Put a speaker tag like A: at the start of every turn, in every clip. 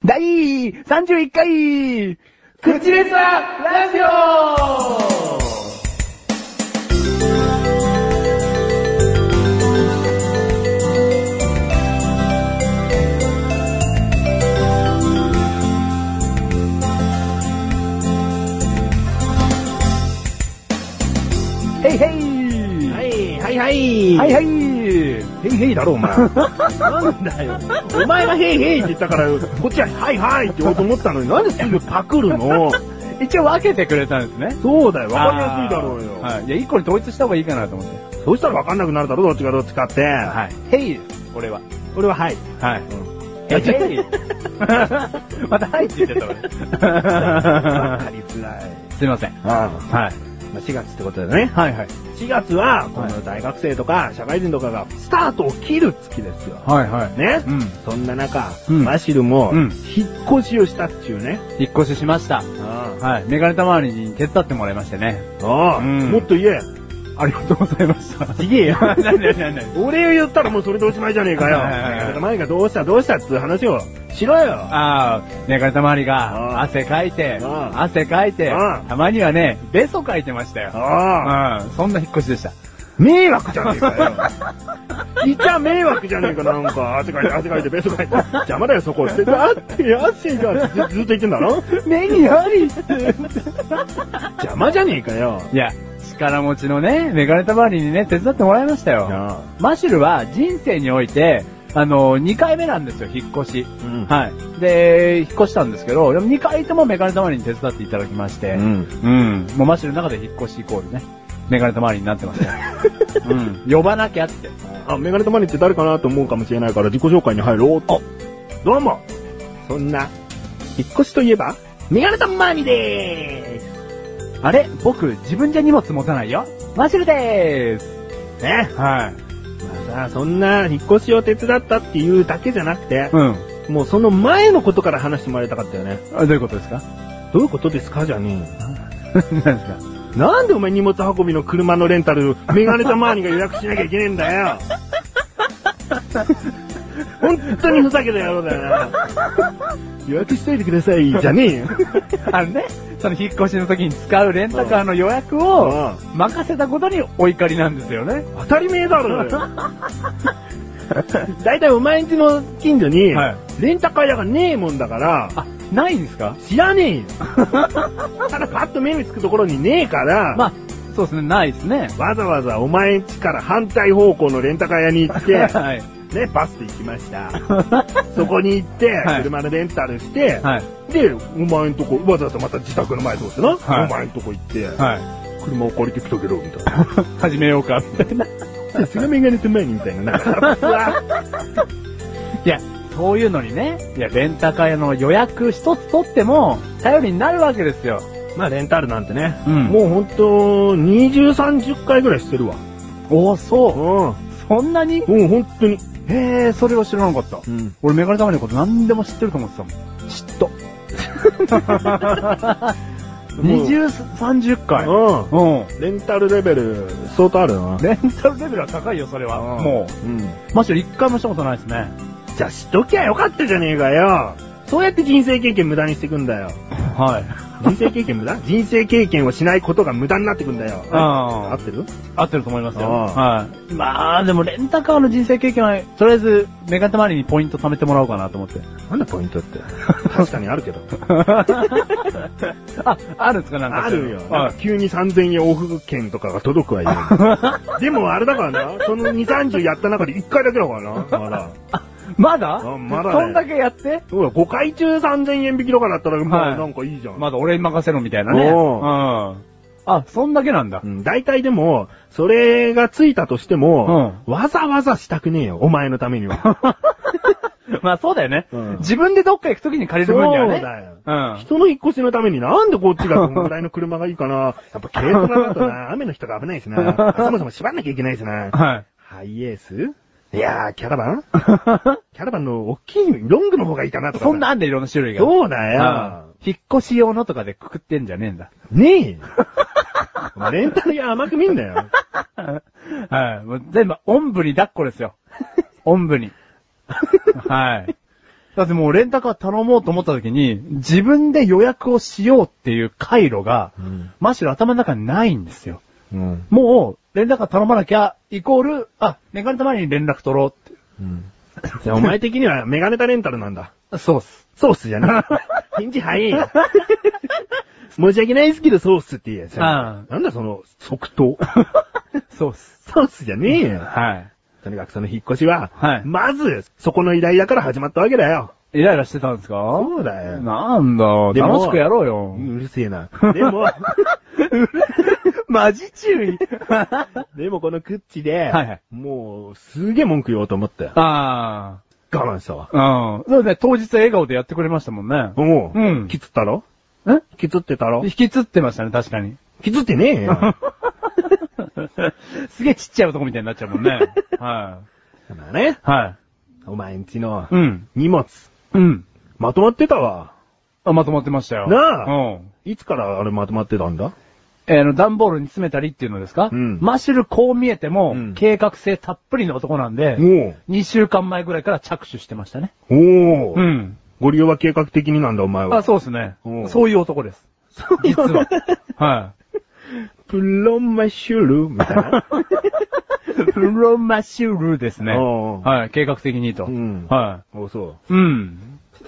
A: 第31回、口レスラジオヘイヘイ
B: はい、はい、はい。
A: はい
B: い。
A: はいヘイヘイだろ、お前。なんだよ。
B: お前がヘイヘイって言ったから、こっちははいはいって言おうと思ったのに、なんですぐパクるの
A: 一応分けてくれたんですね。
B: そうだよ、わかりやすいだろうよ。
A: はい。いや、一個に統一した方がいいかなと思って。
B: そうしたらわかんなくなるだろ、どっちがどっちかって。
A: はい。ヘイです、これは。
B: 俺ははい。
A: はい。
B: やっちゃった
A: よ。またはいって言っち
B: わ
A: ゃった
B: かりづらい。
A: 俺。すいません。
B: あ
A: はい。
B: あ、4月ってことだね。
A: はいはい。
B: 4月は、こ
A: はい
B: の大学生とか、社会人とかが、スタートを切る月ですよ。
A: はいはい。
B: ね
A: う。ん。
B: そんな中、
A: うん
B: マシルも
A: うん、
B: 引っ越しをしたっちゅうね。
A: 引っ越ししました。はい。メガネたまわりに手伝ってもらいましてね。
B: ああ、
A: うん
B: もっと言え。
A: ありがとうございました。
B: ちげえよ。
A: 何何何何
B: 俺を言ったらもうそれでおしまいじゃねえかよ。
A: はいはいはい
B: だから前がどうしたどうしたっつう話をしろよ。
A: ああ、メガネたまわりが
B: あ
A: 汗かいて
B: あ、あ
A: 汗かいて
B: ああ、
A: たまにはね、ベソかいてましたよ。
B: ああ、
A: うん。そんな引っ越しでした。
B: 迷惑じゃねえかよ。いちゃ迷惑じゃねえか、なんか。汗かいて、汗かいて、ベソかいて。邪魔だよ、そこ。って、だって、汗がずずっと言ってんだろ
A: 目にありって。
B: 邪魔じゃねえかよ。
A: いや、力持ちのね、メガネたまわりにね、手伝ってもらいましたよ。
B: あ
A: マシュルは人生において、あの、2回目なんですよ、引っ越し。
B: あうん。
A: はい。で、引っ越したんですけど、でも2回ともメガネたまわりに手伝っていただきまして、
B: うん。
A: うん。もうマッシュルの中で引っ越しイコールね。メガネたまわりになってますね。 うん。呼ばなきゃって。
B: あ、メガネたまにって誰かなと思うかもしれないから、自己紹介に入ろうと。どうも。そんな、引っ越しといえば、メガネたまにでーす。
A: あれ僕、自分じゃ荷物持たないよ。マッシュルでーす。
B: ね。
A: はい。
B: さあ、そんな引っ越しを手伝ったっていうだけじゃなくて、
A: うん。
B: もうその前のことから話してもらいたかったよね。
A: あどういうことですか
B: どういうことですかじゃね
A: 何ですか
B: え。なんでお前荷物運びの車のレンタル、メガネたまーにが予約しなきゃいけねえんだよ。本当にふざけた野郎だよな。予約しといてください、じゃねえよ。
A: あのね、その引っ越しの時に使うレンタカーの予約を任せたことにお怒りなんですよね。
B: 当たり前だろう よ。だいたいお前んちの近所に、
A: はい
B: レンタカー屋がねえもんだから、
A: あ、ないんですか
B: 知らねえよ。ただパッと目につくところにねえから、
A: まあ、そうですね、ないですね。
B: わざわざお前ん家から反対方向のレンタカー屋に 行って、
A: はい。
B: ね、バスで行きま した。そこに行って、
A: はい
B: 車のレンタルして、
A: はい。
B: で、お前んとこ、わざわざまた自宅の前通ってな、
A: はい
B: お前んとこ行って、
A: は
B: 車を借りてきたけど、みたいな。
A: い。始めようか、みたいな。
B: さすがメガネと前にみたいな。なん かうわ
A: いや、そういうのにね、いや、レンタカーの予約一つ取っても、頼りになるわけですよ。
B: まあレンタルなんてね、
A: うん
B: もうほんと、20、30回ぐらいしてるわ。
A: おお、そう。
B: う
A: そんなに
B: ん。うん、ほんとに。
A: へえ、それを知らなかった。
B: うん。
A: 俺、メガネ玉のこと何でも知ってると思ってたもん。
B: 嫉妬。
A: 20、30回。
B: うん。
A: うん。
B: レンタルレベル、相当あるな。
A: レンタルレベルは高いよ、それは。も
B: う。うん。
A: う。マッシュル一回もしたことないですね。
B: じゃあ知っときゃよかったじゃねえかよ。そうやって人生経験無駄にしていくんだよ。
A: はい。
B: 人生経 験無駄人生経験をしないことが無駄になってくんだよ。合
A: あ
B: ってる
A: あ。合ってると思いますよ。
B: あ
A: はい。まあ、でもレンタカーの人生経験は、とりあえず、メガネ玉にポイント貯めてもらおうかなと思って。
B: なんだポイントって。 確かにあるけ ど。
A: あ、あるんですかなんか。
B: あるよ。なん
A: は
B: か急に3000円往復券とかが届くわよ。 でもあれだからな、その2、30やった中で1回だけだからな。まだ。
A: い。まだ
B: あまだね
A: そんだけやって
B: そうだ、5回中3000円引きとかだったら、まあなんかいいじゃん。
A: まだ俺に任せろみたいなね。
B: お
A: うん。あ、そんだけなんだ
B: う。ん、大体でも、それがついたとしても、わざわざしたくねえよ、お前のためには。
A: まあそうだよね、
B: うん
A: 自分でどっか行くときに借りる分にはね。
B: そうだよ
A: うん。
B: 人の引っ越しのためになんでこっちがこのぐらいの車がいいかな。やっぱ軽トラだとな、雨の人が危ないしな。そもそも縛んなきゃいけない しな。
A: はい。
B: ハイエースいやー、キャラバンキャラバンの大きい、ロングの方がいいかなとか。
A: そんな。あんだよいろんな種類が。
B: そうだ
A: うん
B: よ。
A: 引っ越し用のとかでくくってんじゃねえんだ。
B: ねえ。お前レンタルが甘く見んだよ。
A: はい。 もう全部、おんぶに抱っこですよ。おんぶに。はい。だってもうレンタカー頼もうと思った時に、自分で予約をしようっていう回路が、
B: うん。
A: マシュル頭の中にないんですよ。
B: うん。
A: もう、レンタカー頼まなきゃ、イコール、あ、メガネたまに連絡取ろうっ
B: うん。じゃあお前的にはメガネタレンタルなんだ。
A: て。そうっ す。
B: ソースじゃな 返事早いよ。申し訳ないですけど、ソースって言えよ
A: あ
B: なんだその、即答。
A: そうっす。
B: ソースじゃねえよ。
A: はい。
B: とにかくその引っ越しは、
A: はい
B: まず、そこの依頼だから始まったわけだよ。
A: イライラしてたんですか
B: そうだよ。
A: なんだ、
B: でも
A: 楽しくやろうよ。
B: うるせえ な。でも、
A: マジ注意
B: でもこのクッチで、
A: はいはい
B: もう、すげえ文句言おうと思ったよ。
A: あ
B: 我慢したわ。
A: あ。うん。そうね、当日は笑顔でやってくれましたもんね。
B: もう、
A: うん
B: きつったろ
A: え
B: きつってたろ
A: 引きつってましたね、確かに。
B: きつってねえ よ。
A: すげえちっちゃい男みたいになっちゃうもんね。は
B: だからね
A: い。、はい。
B: お前んちの、
A: うん。
B: 荷物、
A: うん。
B: まとまってたわ。
A: あ、まとまってましたよ。
B: なあ
A: うん。
B: いつからあれまとまってたんだ
A: えーあの、段ボールに詰めたりっていうのですか
B: うん
A: マシュルこう見えても、
B: うん
A: 計画性たっぷりの男なんで、
B: も
A: 2週間前ぐらいから着手してましたね。
B: う、おー、
A: ん。
B: ご利用は計画的になんだ、お前
A: あ、
B: は。
A: そうですね
B: う。ん
A: そういう男です。実は。はい。
B: プロマシュルみたいな。
A: プロマシュルですね。
B: おう
A: はい、計画的にと。
B: うん
A: は
B: おそ
A: い。うん。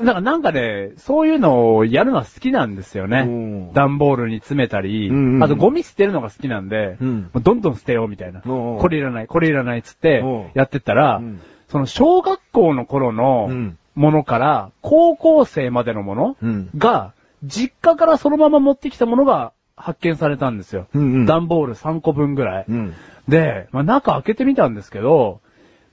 A: だからなんかね、そういうのをやるのは好きなんですよね
B: お。う
A: 段ボールに詰めたり、
B: うんうん
A: あとゴミ捨てるのが好きなんで、
B: うん
A: もうどんどん捨てようみたいな。
B: おうおう
A: これいらない、これいらないっつって
B: おう、
A: やってったら、
B: うん
A: その小学校の頃
B: う
A: の
B: ん
A: ものから、高校生までのもの
B: うん
A: が、実家からそのまま持ってきたものが発見されたんですよ。
B: うんうん
A: 段ボール3個分ぐらい。
B: う。うん。
A: で、まあ、中開けてみたんですけど、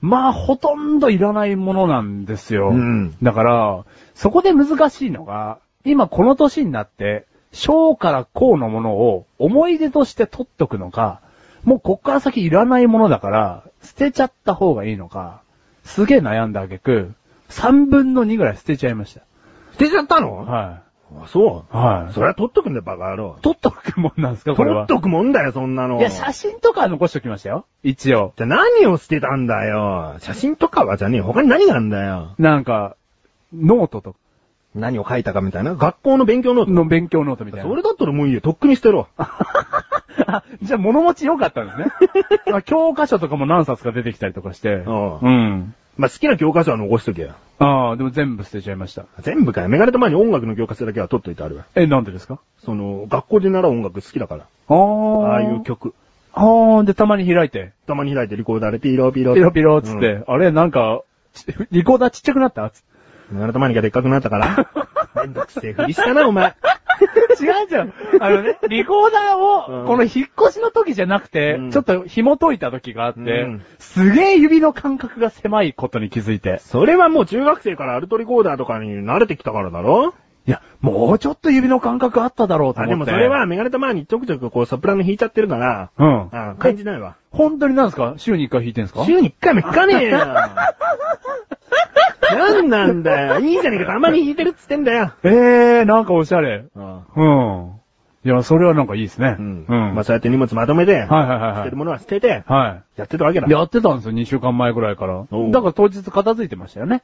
A: まあ、ほとんどいらないものなんですよ。
B: うん
A: だから、そこで難しいのが、今この年になって、小から高のものを思い出として取っとくのか、もうこっから先いらないものだから、捨てちゃった方がいいのか、すげえ悩んだ挙句、3分の2ぐらい捨てちゃいました。
B: 捨てちゃったの
A: は
B: あ、そ
A: い。は
B: う。
A: い。
B: そりゃ取っとくんだよ、バカ野郎。
A: 取っとくもんなんですか、これ
B: 取っ
A: は。
B: とくもんだよ、そんなの。
A: いや、写真とかは残しときましたよ。一応。
B: じゃあ何を捨てたんだよ。写真とかはじゃねえ。他に何があんだよ。
A: なんか、ノートとか。
B: 何を書いたかみたいな。学校の勉強の。
A: の勉強ノートみたいな。
B: それだったらもういいよ。とっくに捨てろ。
A: あ、じゃあ物持ち良かったん ですね。まあ教科書とかも何冊か出てきたりとかして。
B: ん
A: うん。
B: まあ、好きな教科書は残しとけよ。
A: ああ、でも全部捨てちゃいました。
B: 全部かよ。メガネと前に音楽の教科書だけは取っといてあるわ。
A: え、なんでですか
B: その、学校で習う音楽好きだから。
A: あ
B: あ
A: あ
B: あいう。曲。
A: ああ、で、たまに開いて、
B: たまに開いてリコーダーでピロピロ。
A: ピロピロっつって、
B: うん
A: あれ、なんか、ちリコーダーちっちゃくな ったつっ
B: メガネと前にがでっかくなっ たから。めんどくせえふりしたな、お前。
A: て違うじゃん。あのね、リコーダー
B: う
A: を、
B: ん
A: この引っ越しの時じゃなくて、
B: うん
A: ちょっと紐解いた時があって、
B: うん
A: すげえ指の感覚が狭いことに気づいて。
B: それはもう中学生からアルトリコーダーとかに慣れてきたからだろ
A: いや、もうちょっと指の感覚あっただろうと思
B: あ、
A: って。
B: でもそれは、メガネと前にちょくちょくこうソプラノ弾いちゃってるから、
A: うん。
B: あ感じないわ。
A: 本当になんですか週に一回弾いてんですか
B: 週に一回も弾かね えよ。なんなんだよ。いいじゃねえか。たまに弾いてるっつってんだよ。
A: ええー、なんかおしゃれ。
B: うん。
A: うん。いや、それはなんかいいですね。
B: うん。
A: うん。
B: まあ、そうやって荷物まとめて、
A: はいはいはい
B: 捨
A: は
B: て
A: い。
B: るものは捨てて、
A: は
B: やってたわけだ
A: い。。やってたんですよ、2週間前ぐらいから。
B: おう
A: だから当日片付いてましたよね。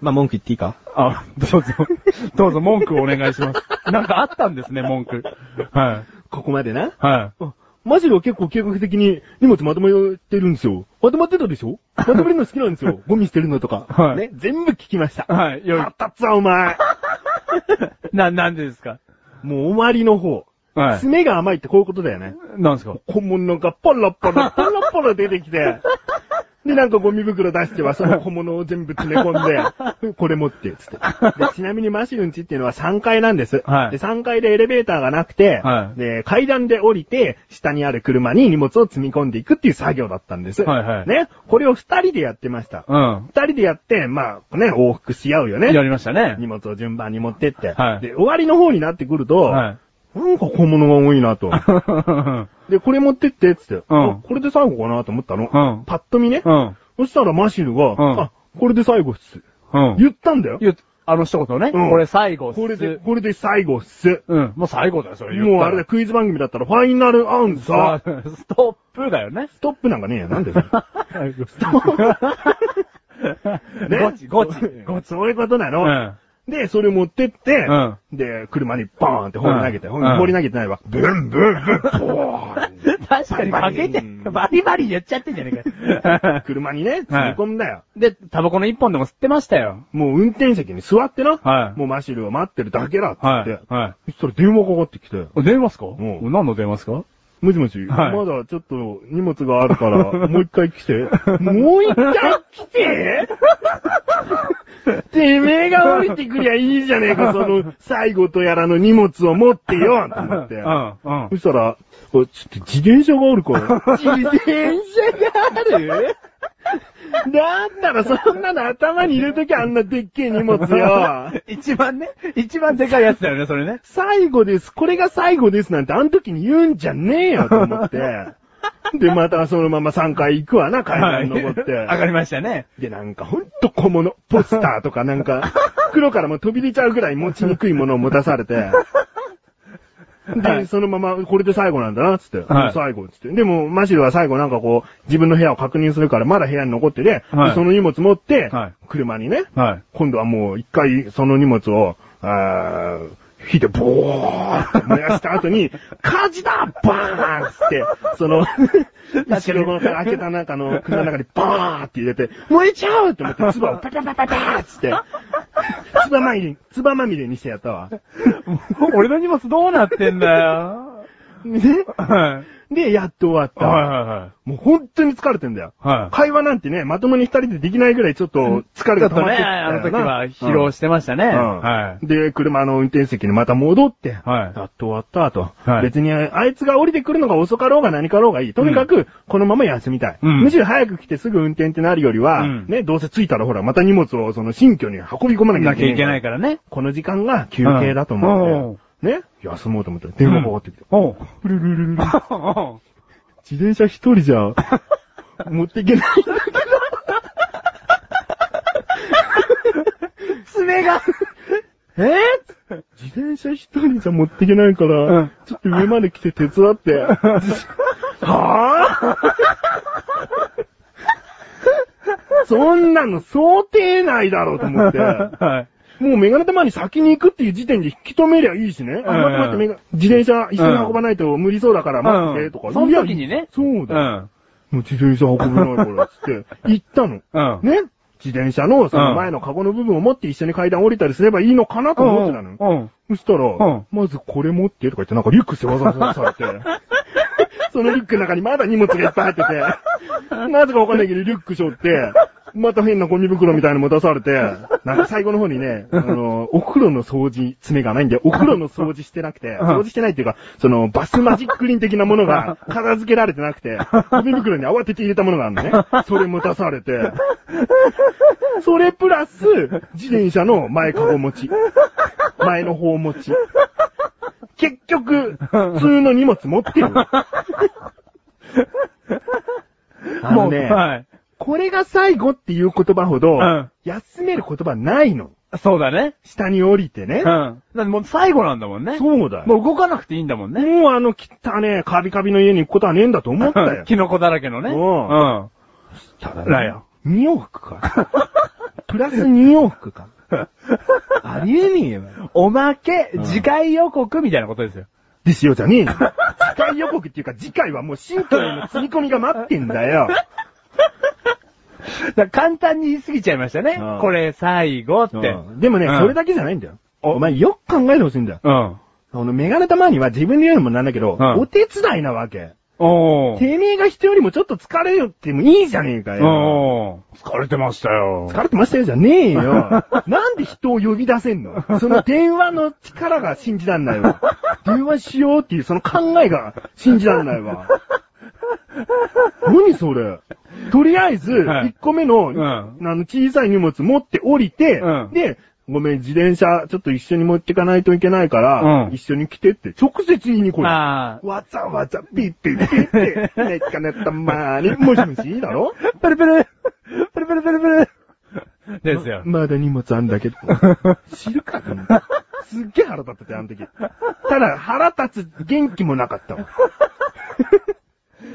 B: まあ、文句言っていいか
A: あ、どうぞ、 どうぞ文句をお願いします。 なんかあったんですね、文句。はい。
B: ここまでな。
A: は
B: マジでは結構計画的に荷物まとめてるんですよ。まとまってた でしょまとめるの好きなんですよ。ゴミ捨てるのとか。
A: はい
B: ね、全部聞きました。
A: い。はい。
B: や
A: よ
B: ったつわ、お前。
A: な、なんでですか
B: もう終わりの方。
A: はい。
B: 爪が甘いってこういうことだよね。
A: なんですか
B: 本物がパラパラ、パラパラ出てきて、 で、なんかゴミ袋出しては、その小物を全部詰め込 んで、これ持って、つって。でちなみにマシュルンチっていうのは3階なんです。
A: はい
B: で、3階でエレベーターがなくて、
A: はい
B: で、階段で降りて、下にある車に荷物を積み込んでいくっていう作業だったんです。
A: はいはい
B: ね、これを2人でやってました。
A: うん。
B: 2人でやって、まあ、ね、往復し合うよね。
A: やりましたね。
B: 荷物を順番に持ってって。
A: はい
B: で、終わりの方になってくると、
A: はい。
B: なんか小物が多いなと。で、これ持ってって、つって、
A: うん
B: あこれで最後かなと思ったの。
A: うん
B: パッと見ね。
A: うん。
B: そしたらマシルが、
A: ん
B: あ、これで最後っす。
A: うん。
B: 言ったんだよ。
A: 言うあの一言ね。
B: うん
A: これ最後っす。
B: これで、これで最後っす。
A: うん。もう最後だよ、それ言ったら。
B: もうあれだ、クイズ番組だったらファイナルアン サー。
A: ストップだよね。
B: ストップなんかねえや、なんでだよ
A: ストップ ゴチ、ゴチ、ゴチ。
B: そういうことな
A: う
B: の。
A: ん。
B: で、それ持ってって、
A: うん
B: で、車にバーンって放り投げて、
A: うん
B: ほん放り投げてないわ。ブンブンブン、ボーン。
A: 確かに負けて、バリバリ言っちゃってんじゃねえか よ
B: 車にね、積み込んだよ。
A: で、タバコの一本でも吸ってましたよ。
B: もう運転席に座ってな。
A: はい
B: もうマシルを待ってるだけだって言っ
A: は
B: て。
A: い。は
B: そしたら電話かかってきて。
A: い。電話っすか
B: ん
A: 何の電話っすか
B: もしもし、
A: はい
B: まだちょっと荷物がある から、もう一回来て。もう一回来て てめえが降りてくりゃいいじゃねえ か、その、最後とやらの荷物を持ってよと思 って。
A: うん、うん
B: そ。したら、おちょっと自転車があるから。自転車がある だったらそんなの頭に入れときゃあんなでっけえ荷物よ。
A: 一番ね、一番でかいやつだよね、それね。
B: 最後です。これが最後ですなんて、あの時に言うんじゃねえよと思って。で、またそのまま3回行くわな、階段登って。
A: 上がりましたね。
B: で、なんかほんと小物、ポスターとかなん か、袋からも飛び出ちゃうぐらい持ちにくいものを持たされて。
A: は
B: で、
A: い
B: そのまま、これで最後なんだな、つって。
A: はい
B: 最後、つって。でも、マシルは最後なんかこう、自分の部屋を確認するから、まだ部屋に残ってて、
A: はい
B: でその荷物持って、
A: はい
B: 車にね、
A: はい。
B: 今度はもう一回その荷物を、あー火でボーって燃やした後に、火事だバーンっつって、その、後ろの開けた中の 車の中にバーンって入れて、燃えちゃうって思って、 唾をパパパパパーっつって、唾まみれ、唾まみれにしてやったわ。
A: 俺の荷物どうなってんだよ。
B: ね
A: は
B: で、やっと終わっ
A: い。はい
B: た。
A: は
B: もう本当に疲れてんだよ。
A: いはい。はい。
B: 会話なんてね、まともに二人でできないぐらいちょっと疲れ
A: ちょ
B: が
A: っ
B: 溜
A: と
B: まって
A: ね、
B: きた
A: あの
B: よ
A: 時
B: な
A: は疲労してましたね。
B: うん
A: はい。
B: で、車の運転席にまた戻って、
A: はい
B: やっと終わったと。
A: はい
B: 別に、あいつが降りてくるのが遅かろうが何かろうがいい。とにかく、このまま休みたい、
A: うん
B: むしろ早く来てすぐ運転ってなるよりは、
A: うん
B: ね、どうせ着いたらほら、また荷物をその新居に運び込まなきゃ
A: ない
B: け
A: き
B: な
A: ゃ
B: い。
A: いけないからね。
B: この時間が休憩だと思って、ね、休もうと思って、電話が終わってきて、
A: おう。
B: プルルルルル
A: おう
B: 自転車一人じゃ、 持っていけないんだけど。
A: 爪 が、えー
B: 自転車一人じゃ持っていけないから、
A: うん
B: ちょっと上まで来て手伝って。はぁそんなの想定内だろうと思って。
A: はい。
B: もうメガネ玉に先に行くっていう時点で引き止めりゃいいしね。あ、
A: うん
B: 待って待ってメガ、自転車一緒に運ばないと無理そうだから待ってとか。
A: うんその時にね
B: いやそうだ。
A: ん。
B: もう自転車運べないから、つ って、行ったの。
A: うん。
B: ね自転車のその前のカゴの部分を持って一緒に階段降りたりすればいいのかなと思ってたの。
A: うん。
B: そしたら、
A: ん
B: まずこれ持ってとか言ってなんかリュックしてわざわざされて、 そのリュックの中にまだ荷物がいっぱい入って て、なぜかわかんないけどリュック背負って、また変なゴミ袋みたいなの持たされて、なんか最後の方にね、あの、お風呂の掃除、爪がないんで、お風呂の掃除してなくて、
A: ん
B: 掃除してないっていうか、その、バスマジックリン的なものが片付けられてなくて、ゴミ袋に慌てて入れたものがあるのね。それ持たされて、それプラス、自転車の前カゴ持ち。前の方持ち。結局、普通の荷物持ってる。 あのね、
A: はい。
B: これが最後っていう言葉ほど、
A: うん
B: 休める言葉ないの。
A: そうだね。
B: 下に降りてね
A: うん。。だってもう最後なんだもんね。
B: そうだよ。も
A: もう動かなくていいんだもん
B: う
A: ね。
B: あの汚ねえカビカビの家に行くことはねえんだと思った よ。
A: キノコだらけのね。
B: うん
A: うん。
B: ただ
A: だよ。
B: 2往復か。プラス2往復か。ありえねえよ。
A: おまけ、
B: ん
A: 次回予告みたいなことですよ。
B: ですよじゃ ねえの。次回予告っていうか次回はもう新居への積み込みが待ってんだよ。
A: だから簡単に言い過ぎちゃいましたね
B: うん。
A: これ最後って。
B: うんでもね、
A: うん
B: それだけじゃないんだよ。お前よく考えてほしいんだよ。
A: うん。
B: あの、メガネたまには自分で言うのもなんだけど、
A: うん
B: お手伝いなわけ。
A: おー。
B: てめえが人よりもちょっと疲れよってもいいじゃねえかよ。
A: おー。疲れてましたよ
B: 疲れてましたよじゃねえよ。 なんで人を呼び出せんのその電話の力が信じらんないわ。 電話しようっていうその考えが信じらんないわ。何それとりあえず、
A: はい
B: 1個目の、
A: ん
B: あの、小さい荷物持って降りて、
A: うん
B: で、ごめん、自転車、ちょっと一緒に持ってかないといけないから、
A: うん
B: 一緒に来てって、直接言いに来い。
A: あー。
B: わざわざ、ピッピッピッって、 ねっかねたまーに、もしもしいいだろ
A: プルプルプルプルプルプルですよ。
B: まだ荷物あんだ けど。知るかすっげえ腹立ってて、あの時。ただ、腹立つ元気もなかったわ。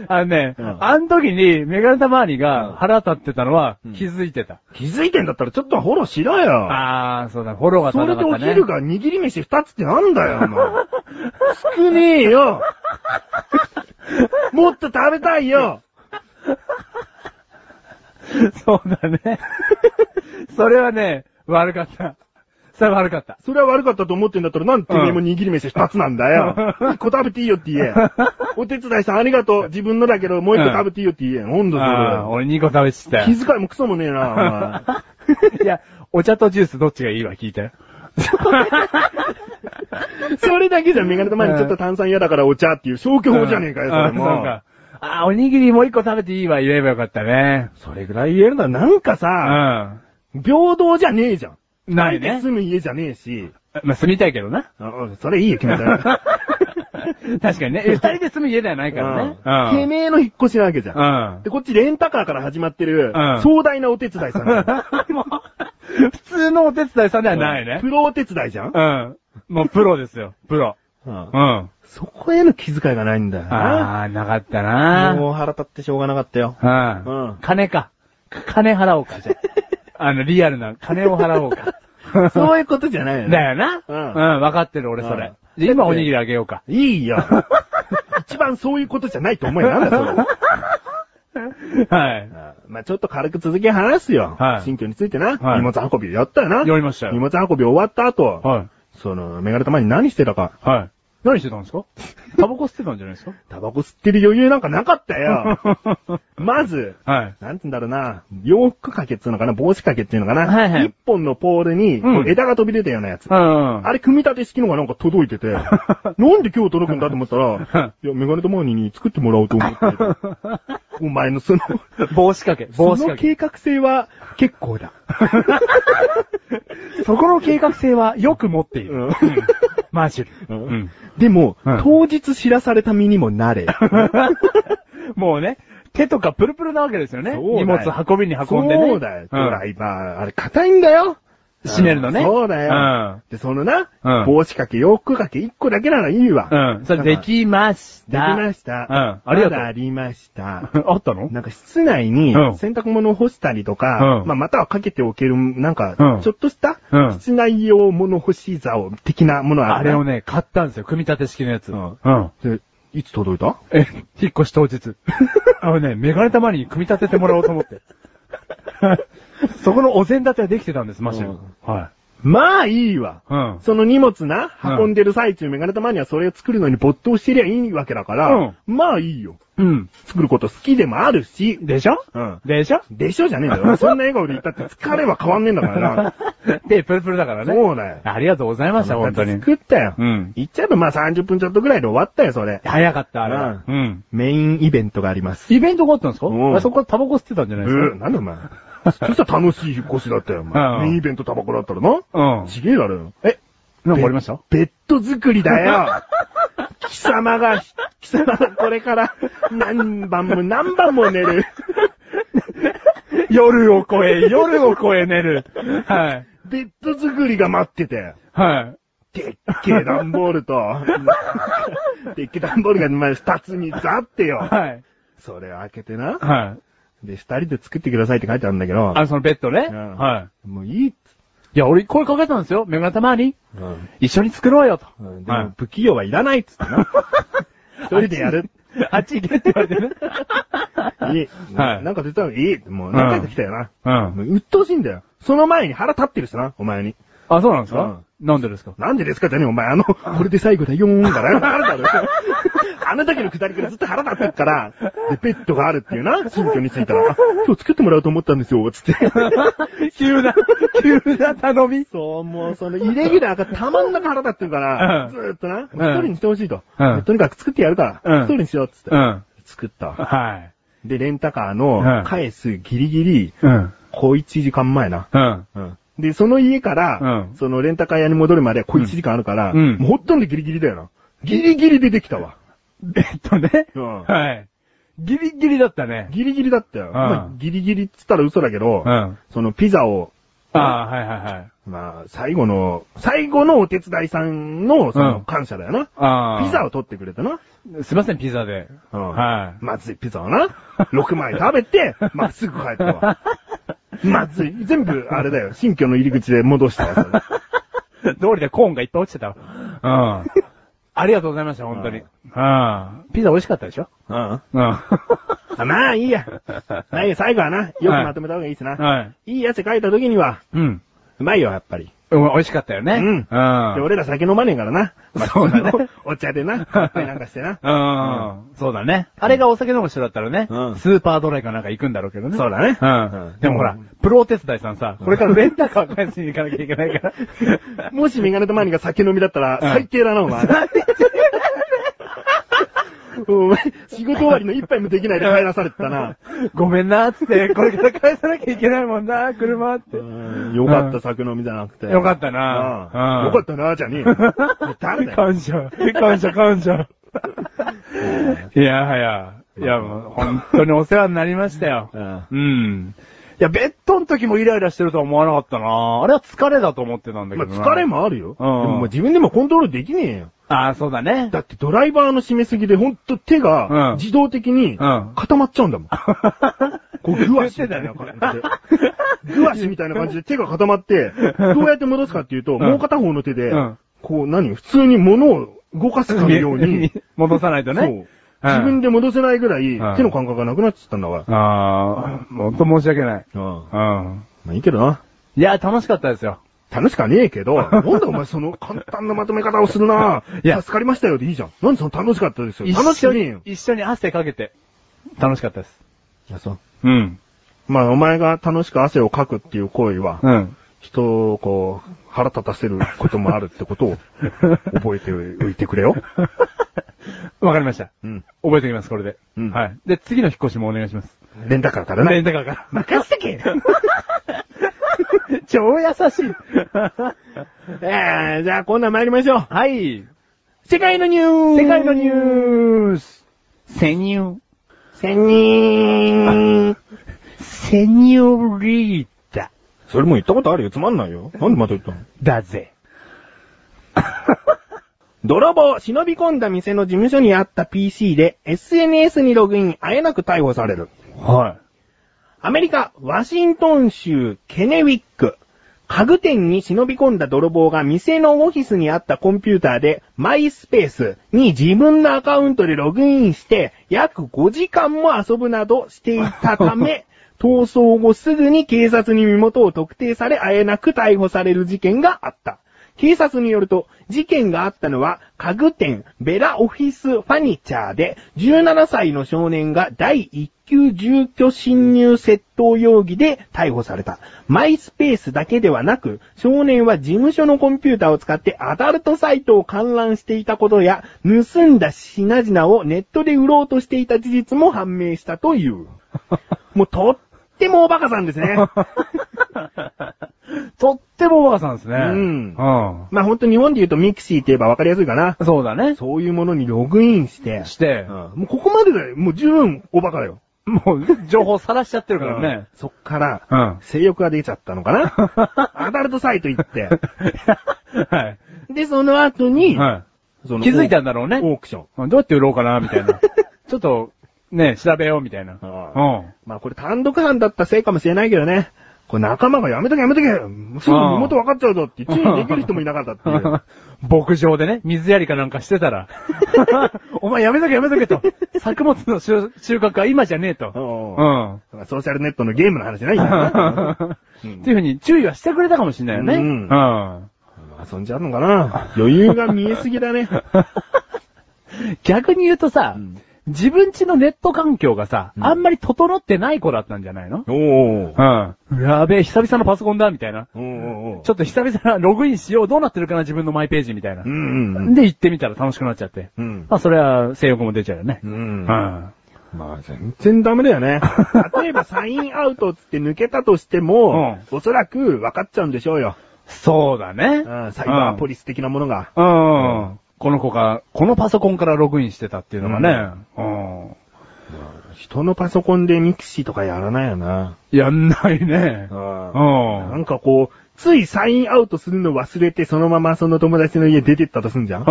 A: あのね、
B: うん
A: あの時にメガネタ周りが腹立ってたのは気づいてた。
B: 気づいてんだったらちょっとはフォローしろよ。
A: あー、そうだ、フォローが足
B: そ
A: らな
B: れ
A: か
B: で
A: った
B: お
A: ね。
B: 昼が握り飯二つってなんだよ、お前。少ねえよ。もっと食べたいよ。
A: そうだね。それはね、悪かった。それは悪かった。
B: それは悪かったと思ってんだったら、なんてめえも握り飯二つなんだよ。一個食べていいよって言え。お手伝いさんありがとう。自分のだけど、もう一個食べていいよって言え。ほんとそ
A: あー俺2個食べちった
B: れ。気遣いもクソもねえな、お前。
A: いや、お茶とジュースどっちがいいわ聞いて。
B: それだけじゃメガネと前にちょっと炭酸嫌だからお茶っていう消去法じゃねえかよ、それ
A: うんそう
B: も
A: か。あー、おにぎりもう1個食べていいわ言えばよかったね。
B: それぐらい言えるならなんか
A: う
B: さ、
A: ん。
B: 平等じゃねえじゃん。
A: ない
B: 相手
A: ね。
B: 住む家じゃねえし。
A: まあ、住みたいけど な。
B: あうんそれいいよ、決 めたら。
A: 確かにね。二人で住む家ではないからね。
B: うんてめえの引っ越しなわけじゃん。
A: ん。
B: で、こっちレンタカーから始まってる
A: うん、
B: 壮大なお手伝いさんじゃ
A: うん。
B: ん。
A: もう、普通のお手伝いさんでは ないね
B: プ。ロお手伝いじゃん
A: うん。もうプロですよ。プロ。
B: うん
A: うん。
B: そこへの気遣いがないんだよな。
A: あー、なかったな
B: もう腹立ってしょうがなかったよ。
A: うん。
B: うん
A: 金か。金払おうか、じゃ あ。あの、リアルな金を払おうか。
B: そういうことじゃないよね。
A: だよな。
B: う
A: うんん。分かってる、俺、それ。じゃあ今、おにぎりあげようか。
B: いい よ。一番そういうことじゃないと思いなんだそれ。
A: はい。
B: まあちょっと軽く続き話すよ。
A: はい
B: 新居についてな。
A: はい
B: 荷物運びやったよな。
A: やりましたよ
B: 荷物運び終わった後、
A: はい。
B: その、メガネたまに何してたか。
A: はい。何してたんですかタバコ吸ってたんじゃないです か
B: タバコ吸ってる余裕なんかなかった よ。まず、
A: はい。
B: なんつうんだろうな、洋服掛けっつうのかな、帽子掛けっていうのかな。
A: はいはい
B: 一本のポールに、
A: うん
B: こう枝が飛び出たようなやつ。
A: うん。
B: あれ、組み立て式のがなんか届 いてて、なんで今日届くんだと思ったら、いや、メガネとマーニーに作ってもらおうと思 ってる。お前のその、
A: 帽子掛け、帽子
B: そ
A: 掛
B: の
A: け。
B: 計画性は結構だ。
A: そこの計画性はよく持ってい
B: うん
A: る。マジで。
B: うん
A: うん
B: でも、
A: うん
B: 当日知らされた身にも なれ。
A: もうね、手とかプルプルなわけですよね。
B: そうだよ
A: 荷物運びに運んでね。
B: そうだよ。ほ
A: ん
B: ら、今、あれ硬いんだよ。
A: 閉めるのね。
B: そうだよ。で、そのな、
A: うん
B: 帽子掛け、洋服掛け1個だけならいいわ。
A: うん。うん。それできまし
B: でき
A: た。
B: ました。
A: うん。ありがと
B: まだあ
A: う。
B: りま した。
A: あったの
B: なんか室内に
A: うん
B: 洗濯物を干したりとか、
A: うん
B: まあ、またはかけておける、なん
A: う
B: か
A: ん、
B: ちょっとした
A: うん、
B: 室内用物干し竿的なものあ
A: あ
B: る
A: れ
B: な
A: をね、買ったんですよ。組み立て式のやつ。
B: うん
A: うん。
B: でいつ届いた
A: え、引っ越し当日。 あのね、メガネたまりに組み立ててもらおうと思 って。そこのお膳立てはできてたんです、マシン。
B: うん
A: はい。
B: まあいいわ。
A: うん。
B: その荷物な、
A: うん
B: 運んでる最中、メガネたまにはそれを作るのに没頭してりゃいいわけだから、まあいいよ。
A: うん。
B: 作ること好きでもあるし、
A: でしょ
B: うん。
A: でしょ
B: でしょじゃねえんだ よ。そんな笑顔で言ったって疲れは変わんねえんだからな。
A: で、プルプルだからね。
B: そうだよ。
A: ありがとうございました、本当に。
B: 作ったよ。
A: うん。
B: 言っちゃえばまあ30分ちょっとぐらいで終わったよ、それ。
A: 早かった、あれは。うん。
B: メインイベントがあります。
A: イベントがあったんですか、
B: うん
A: あそこはタバコ吸ってたんじゃ
B: う
A: ないです
B: ー、なんだお前。そしたら楽しい引っ越しだったよ、お前。
A: うん
B: メインイベントタバコだったらな。
A: かうん。
B: ちげえだろ。え、
A: なんかありました
B: ベッド作り だよ貴様が、貴様がこれから何番も何番も寝る。
A: 夜を越え、夜を越え寝る。はい。
B: ベッド作りが待ってて。
A: はい。
B: でっけえ段ボールと、 でっけえ段ボールが前二つにザってよ。
A: はい。
B: それを開けてな。
A: はい。
B: で、二人で作ってくださいって書いてあるんだけど、
A: あ、そのベッドね。
B: うん
A: は
B: もういいっつ
A: い。いや、俺声かけたんですよ。メガネたまに。
B: うん
A: 一緒に作ろうよと。
B: うんで
A: は
B: も
A: い、
B: 不器用はいらないっつってな。一人でやる。
A: あっち行けって言われてね。
B: いい。
A: はい
B: なんか絶対いい。もう何回か来たよな。
A: う
B: も
A: ん。
B: う鬱陶しいんだよ。その前に腹立ってるしな、お前に。
A: あ、そうなんですか、なんでですか
B: なんでですかじゃねえよお前、あの、これで最後だよーんから、 腹立る。あの時のくだりからずっと腹立ってるから、で、ペットがあるっていうな、新居に着いたら、今日作ってもらおうと思ったんですよ、つって。
A: 急な、急な頼み。
B: そう、もうその、イレギュラーがたまんなく腹立ってるから、
A: うん
B: ずーっとな、一
A: うん
B: 人にしてほしいと。
A: うん
B: とにかく作ってやるから、
A: うん
B: 一人にしよう、つって。
A: ん。
B: 作った。
A: はい。
B: で、レンタカーの
A: う、ん
B: 返すギリギリ、
A: うん。
B: 小1時間前な。
A: うん。
B: で、その家から、
A: うん
B: そのレンタカー屋に戻るまで小1時間あるから、
A: うん
B: もうほとんどギリギリだよな。ギリギリでできたわ。
A: ベッドね。
B: うん
A: はい。ギリギリだったね。
B: ギリギリだったよ。
A: ん
B: まあギリギリっつったら嘘だけど、
A: うん。
B: そのピザを
A: ああ、はいはいはい。
B: まあ、最後の、最後のお手伝いさんの、そうの、
A: ん
B: 感謝だよな。
A: ああ。
B: ピザを取ってくれたな。
A: すいません、ピザで。
B: うん
A: は
B: まずいピザをな。6枚食 べて、まっすぐ帰ったわ。まずい。全部、あれだよ。新居の入り口で戻 したわそれ。
A: い。通りでコーンがいっぱい落ちてたわ。うん。ありがとうございました、本当に。うん。ピザ美味しかったでしょ
B: うん。
A: うん。 は
B: あまあ、いい や。まあいいや、最後はな、よくまとめた方がいいですな。
A: い。
B: い、い汗かいた時には、
A: うん。
B: うまいよ、やっぱり。
A: うん美味しかったよね。
B: うん
A: うん。
B: で、俺ら酒飲まねえからな。まあ
A: そうだね
B: 普通のお茶でな、乾杯なんかしてな。
A: うん。そうだね。あれがお酒飲む人だったらね、
B: うん
A: スーパードライかなんか行くんだろうけどね。
B: そうだね
A: う。
B: うんん
A: でもほら、プロお手伝いさんさ、これからレンタカー返しに行かなきゃいけない から。
B: もしメガネとマニが酒飲みだったら、
A: うん
B: 最低だな、お前。お前、仕事終わりの一杯もできないで帰らされてたな。
A: ごめんな、つって、これから返さなきゃいけないもんな、車って。
B: よかった、酒飲みじゃなくて。
A: よかった
B: な
A: な。
B: よかったな、じ ゃねえよ。誰だよ。
A: 感謝。感謝、感謝。 いやはや。いや、もう、本当にお世話になりましたよ。
B: うん
A: うん。いや、ベッドの時もイライラしてるとは思わなかったなあれは疲れだと思ってたんだ
B: ま
A: け
B: あ、
A: どな。
B: 疲れもあるよ。
A: う
B: で
A: ん
B: もまあ自分でもコントロールできねえよ。
A: ああ、そうだね。
B: だってドライバーの締めすぎでほんと手
A: うん
B: が自動的に
A: うん
B: 固まっちゃうん だもん。こう、グワシみたいな
A: 言
B: 感じで。グワシみたいな感じで手が固まって、どうやって戻すかっていうと、
A: ん
B: もう片方の手で
A: うん、
B: こう何普通に物を動かすかのよ うに、
A: 戻さないと
B: そ
A: ね
B: う。。自分
A: で。
B: で戻せないぐら
A: うん
B: い手の感覚がなくなっちゃったんだから。
A: ああ、本当申し訳ない。
B: うん
A: うん。
B: まあいいけどな。
A: いや、楽しかったですよ。
B: 楽しかねえけど、なんだお前その簡単なまとめ方をするない
A: や
B: 助かりましたよでいいじゃん。なんでその楽しかったですよ。楽し
A: 一緒
B: くねえ
A: に
B: よ、。
A: 一緒に汗かけて、楽しかったです。
B: いやそう
A: うん。
B: まあ、お前が楽しく汗をかくっていう行為は、
A: うん。
B: 人をこう、腹立たせることもあるってことを、 覚えておいてくれよ。
A: わかりました。
B: うん。
A: 覚えておきます、これで。
B: うん
A: はい。で、次の引っ越しもお願いします。
B: レンタカーからな。
A: レンタカーか
B: 任せ とけ
A: ら。超優しい。
B: えー、じゃあ、こんなん参りましょう。
A: はい。
B: 世界のニュース
A: 世界のニ
B: ー
A: ュース。潜入。
B: ス千人
A: セニョリータ。
B: それも言ったことあるよ。つまんないよ。なんでまた言ったの
A: だぜ。
B: 泥棒、忍び込んだ店の事務所にあった PC で SNS にログイン、あえなく逮捕される。
A: は
B: アメリカ、ワシントン州ケネウィック。家具店に忍び込んだ泥棒が店のオフィスにあったコンピューターで、マイスペースに自分のアカウントでログインして、約5時間も遊ぶなどしていたため、逃走後すぐに警察に身元を特定され、あえなく逮捕される事件があった。警察によると、事件があったのは、家具店、ベラオフィスファニチャーで、17歳の少年が第一級住居侵入窃盗容疑で逮捕された。マイスペースだけではなく、少年は事務所のコンピューターを使ってアダルトサイトを観覧していたことや、盗んだ品々をネットで売ろうとしていた事実も判明したという。 もうとってもおバカさんですね。
A: い。とってもおばあさんですね。
B: うん
A: う
B: まあ本当日本で言うとミクシーって言えばわかりやすいかな。
A: ん。そうだね。
B: そういうものにログインして、
A: して、
B: もうここまでだよ。もう十分おバカだよ。
A: もう、情報さらしちゃってるからね。
B: そっから、
A: うん。
B: 性欲が出ちゃったのかなアダルトサイト行って。
A: は
B: で、その後
A: い。
B: に、
A: は
B: その
A: 気づいたんだろうね
B: オークション。
A: い。どうやって売ろうかな、みたい な。ちょっと、ね、調べよう、みたいな。
B: あ
A: うん。
B: まあこれ単独犯だったせいかもしれないけどね。これ仲間がやめとけやめとけすぐ身元分かっちゃうぞって注意できる人もいなかったっていう。
A: 牧場でね、水やりかなんかしてた ら、 お前やめとけやめとけと、作物の収収穫は今じゃねえと。
B: うん
A: うん。っ
B: ソーシャルネットのゲームの話じゃないんだ な。うん
A: ていうふうに注意はしてくれたかもしれないよね。
B: うん
A: うん
B: 遊んじゃうのかな余裕が見えすぎ だね。
A: 逆に言うとさ、
B: うん
A: 自分家のネット環境がさ、
B: うん
A: あんまり整ってない子だったんじゃないの
B: おー
A: うん。やべえ、久々のパソコンだ、みたいな。
B: おーおーおー
A: ちょっと久々ログインしよう、どうなってるかな、自分のマイページみたいな
B: う。んうんうん。
A: で、行ってみたら楽しくなっちゃって。
B: うん
A: まあ、それは性欲も出ちゃうよね。
B: うん
A: うん
B: まあ、全然ダメだよね。例えば、サインアウトっつって抜けたとしても、おそらく分かっちゃうんでしょうよ。
A: そうだね。
B: うんサイバーポ
A: リ
B: リス的なものが。
A: うん。この子が、このパソコンからログインしてたっていうのがね。うん。
B: 人のパソコンでミクシーとかやらないよな。
A: やんないね。うん
B: なんかこう、ついサインアウトするの忘れて、そのままその友達の家出てったとすんじゃん
A: うん。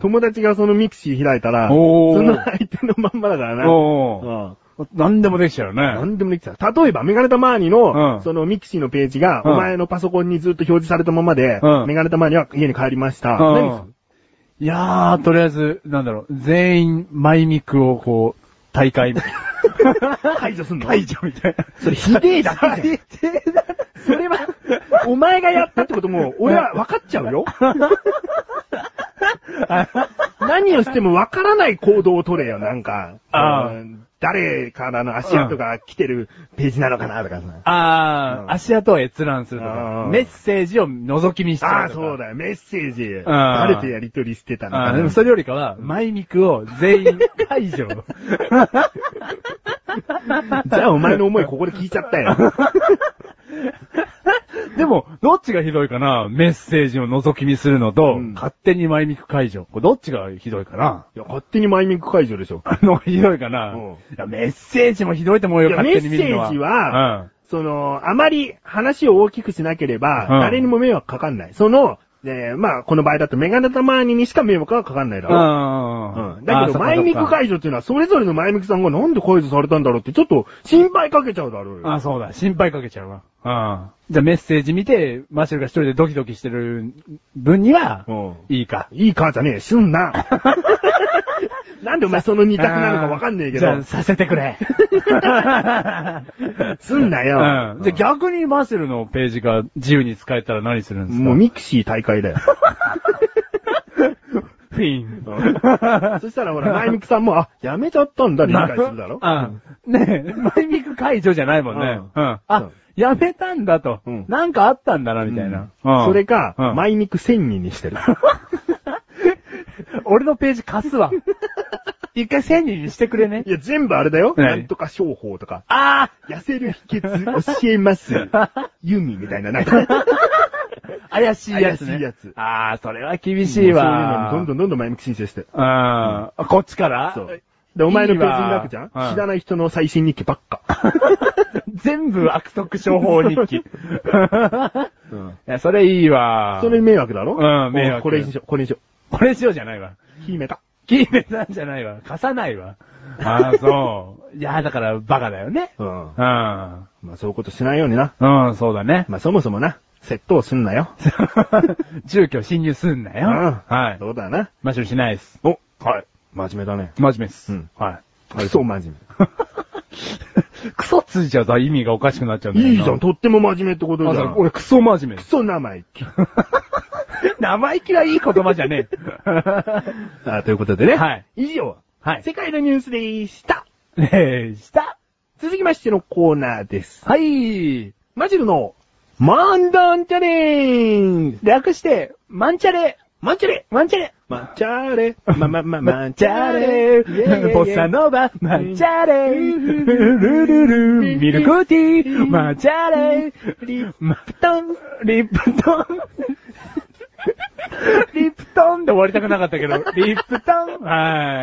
B: 友達がそのミクシー開いたら、
A: おー
B: その相手のまんまだからな。
A: おん。
B: うん
A: 何でもできちゃう
B: な
A: ね。
B: んでもできちゃう。例えば、メガネタマーニ
A: う
B: の、
A: ん
B: そのミクシーのページが、
A: うん
B: お前のパソコンにずっと表示されたままで、
A: うん
B: メガネタマーニは家に帰りました。
A: う
B: 何する
A: ん。いやー、とりあえず、なんだろう、全員、マイミクをこう、大会、
B: 排除すんの
A: 解除みたいな。
B: それひでえだ けじゃん。
A: 最低だな
B: それは、お前がやったってことも、俺は分かっちゃうよ。何をしても分からない行動を取れよ、なんか。
A: ああ
B: うん誰からの足跡が来てるページなのかな、とかさ。
A: あー、
B: うん
A: 足跡を閲覧すると
B: あ
A: か
B: ー、
A: メッセージを覗き見しち
B: あ
A: ゃ
B: あ、
A: うとか。
B: そうだよ、メッセージ。
A: ああ
B: 誰とやりとりしてたの
A: あ
B: か
A: ーで
B: な
A: も。それよりかは、マイミクを全員解 除。
B: じゃあお前の思いここで聞いちゃっ たよ。
A: でも、どっちがひどいかなメッセージを覗き見するのと、
B: うん
A: 勝手にマイミク解除。これどっちがひどいかない
B: や、勝手にマイミング解除でしょ。
A: あの、ひどいかな、
B: うん
A: いやメッセージもひどいと思うよ、
B: いや
A: 勝手に見るのは。
B: メッセージは
A: うん
B: その、あまり話を大きくしなければ、
A: うん
B: 誰にも迷惑かかんない。その、えーまあ、この場合だとメガネたまーににしか迷惑はかかんないだろう。
A: うん。
B: うんだけど、マイミク解除っていうのは、それぞれのマイミクさんがなんで解除されたんだろうって、ちょっと心配かけちゃうだろう
A: 除。
B: よ。
A: あ、そうだ。心配かけちゃうわ。うん。じゃあメッセージ見て、マシュルが一人でドキドキしてる分には、
B: うん
A: いいか。
B: いいかじゃねえ、す んな。なんでお前その二択なのかわかんねえけ
A: じゃあ、
B: ど、
A: させてく れ。
B: すんな
A: う
B: よ。
A: ん。じゃあ逆にマシュルのページが自由に使えたら何するんですか
B: もうミクシー大会だよ。
A: フィン。
B: そしたらほら、マイミクさんも、あ、やめちゃったんだ、理解するだろ。
A: うん。ねえ、マイミク解除じゃないもんね。う
B: う
A: んん。
B: う
A: あ
B: ん、
A: やめたんだと
B: うん。
A: なんかあったんだな、みたいな。うん
B: それか、
A: うん
B: マイミク1000人にし てる。
A: 俺のページ貸 すわ。一回千人にしてくれね
B: い。や、全部あれだよ。
A: 何
B: なんとか商法とか。
A: あ
B: 痩せる秘訣教え ます。ユミみたいな、なんか。
A: あ怪しいやつね。
B: 怪しいやつ
A: ああ、それは厳しいわ。
B: そういうのにどんど
A: ん。
B: んどんどんマイミク申請して。
A: ああ、こっちから
B: そう。で、お前のページに書くじゃん
A: いいわうん
B: 知らない人の最新日記ばっか。
A: 全部悪徳商法日 記。い
B: うん。
A: や、それいいわ。
B: それ、迷惑だろ
A: うん迷惑
B: おこれにしよう、これにしよ
A: これしようじゃないわ。
B: う。決めた。
A: キーメさんじゃないわ。貸さない わ。ああ、そう。いや、だから、バカだよね。
B: う
A: う
B: ん。
A: ん。
B: まあ、そういうことしないようにな。
A: うん、そうだね。
B: まあ、そもそもな、窃盗すんなよ。
A: 住居侵入すんな
B: う
A: よ。はい。
B: そうだな。
A: マシュルしないです。
B: お、はい。真面目だね。
A: 真面目です。
B: うん
A: は
B: クソ真面
A: い。 クソついちゃうと意味がおかしくなっちゃうんだ
B: 目。
A: よない
B: いじゃん、とっても真面目ってこと
A: あ
B: じゃ。
A: そうん俺クソ真面目で
B: ク
A: す。
B: ソ生意気。
A: 生意気はいい言葉じゃね
B: あというこ とでね。
A: はい。
B: 以上、
A: はい
B: 世界のニュースでした。
A: え。ねえ、した。
B: 続きましてのコーナーです。
A: はい。
B: マジルの、マンダンチャレンジ
A: 略して、マンチャレ。
B: マンチャレ
A: マンチャレ。
B: マッチャーレ、ま、ま、ま、マ
A: マ
B: ッ
A: ン
B: チ
A: チ
B: ャ
A: ャ
B: ー
A: レ
B: レ、
A: ボサノバ、マンチャレルルル、ミルクティー、マンチャレリプトン、リプトン。リプトンで終わりたくなかったけど、リプトンは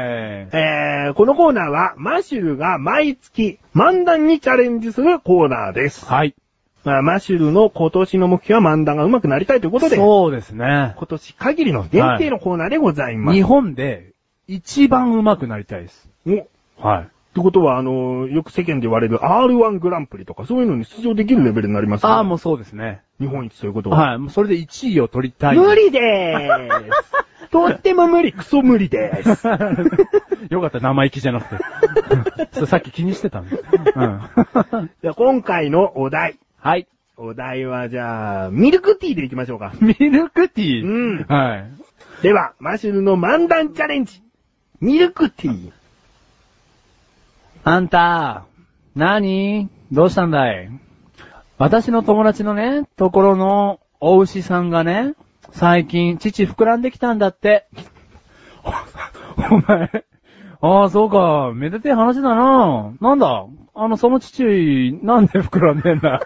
B: えー、このコーナーは、マシュルが毎月、漫談にチャレンジするコーナーで
A: い。
B: す。
A: はい。
B: まあ、マシュルの今年の目標は漫談が上手くなりたいということで、今
A: そうですね。
B: 年限りの限定のコーナーでございま
A: 日
B: す。
A: 本で一番上手くなりたいです。
B: おっ
A: はい。
B: てことは、あのー、よく世間で言われる R1 グランプリとか、そういうのに出場できるレベルになります、
A: ああ、もうそうですね。
B: う。日本一ということは。
A: はい。もうそれで1位を取りたい。
B: 無理でーす。とっても無理、クソ無理でー す。
A: よかった、生意気じゃなくて。 そうさっき気にしてたんだ。うん。
B: じゃあ、今回のお題。
A: はい。
B: お題はじゃあ、ミルクティーでいきましょうか。
A: ミルクティー。
B: うん
A: はい。
B: では、マシュルの漫談チャレンジ。ミルクティー。
A: あんた、何どうしたんだい私の友達のね、ところのお牛さんがね、最近、乳膨らんできたんだって。お前、ああ、そうか、めでてえ話だな。なんだ、あの、その父、なんで膨らんでんだ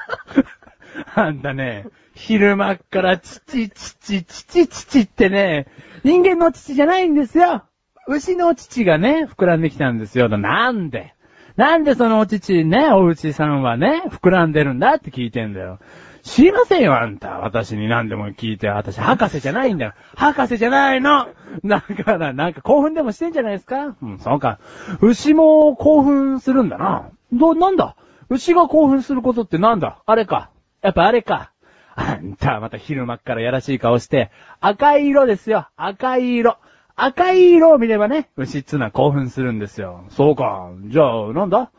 A: あんたね、昼間っから父、父、父、父ってね、人間の父じゃないんですよ。牛の乳がね、膨らんできたんですよ。なんでなんでそのお乳ね、おうちさんはね、膨らんでるんだって聞いてんだよ。知りませんよ、あんた。私に何でも聞いて。私、博士じゃないんだよ。博士じゃないのだから、なんか興奮でもしてんじゃないですかうん、そうか。牛も興奮するんだな。ど、なんだ牛が興奮することってなんだあれか。やっぱあれか。あんた、また昼間っからやらしい顔して、赤い色ですよ、赤い色。赤い色を見ればね、牛っつうのは興奮するんですよ。そうか。じゃあ、なんだ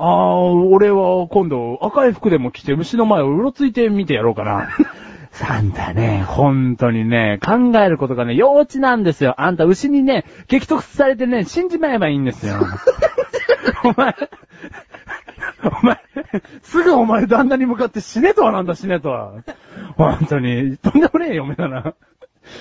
A: ああ、俺は今度赤い服でも着て牛の前をうろついてみてやろうかな。あんたね、本当にね、考えることがね、幼稚なんですよ。あんた牛にね、激突されてね、死んじまえばいいんですよ。お前、 お前、すぐお前旦那に向かって死ねとはなんだ死ねとは。本当に、とんでもねえ嫁だな。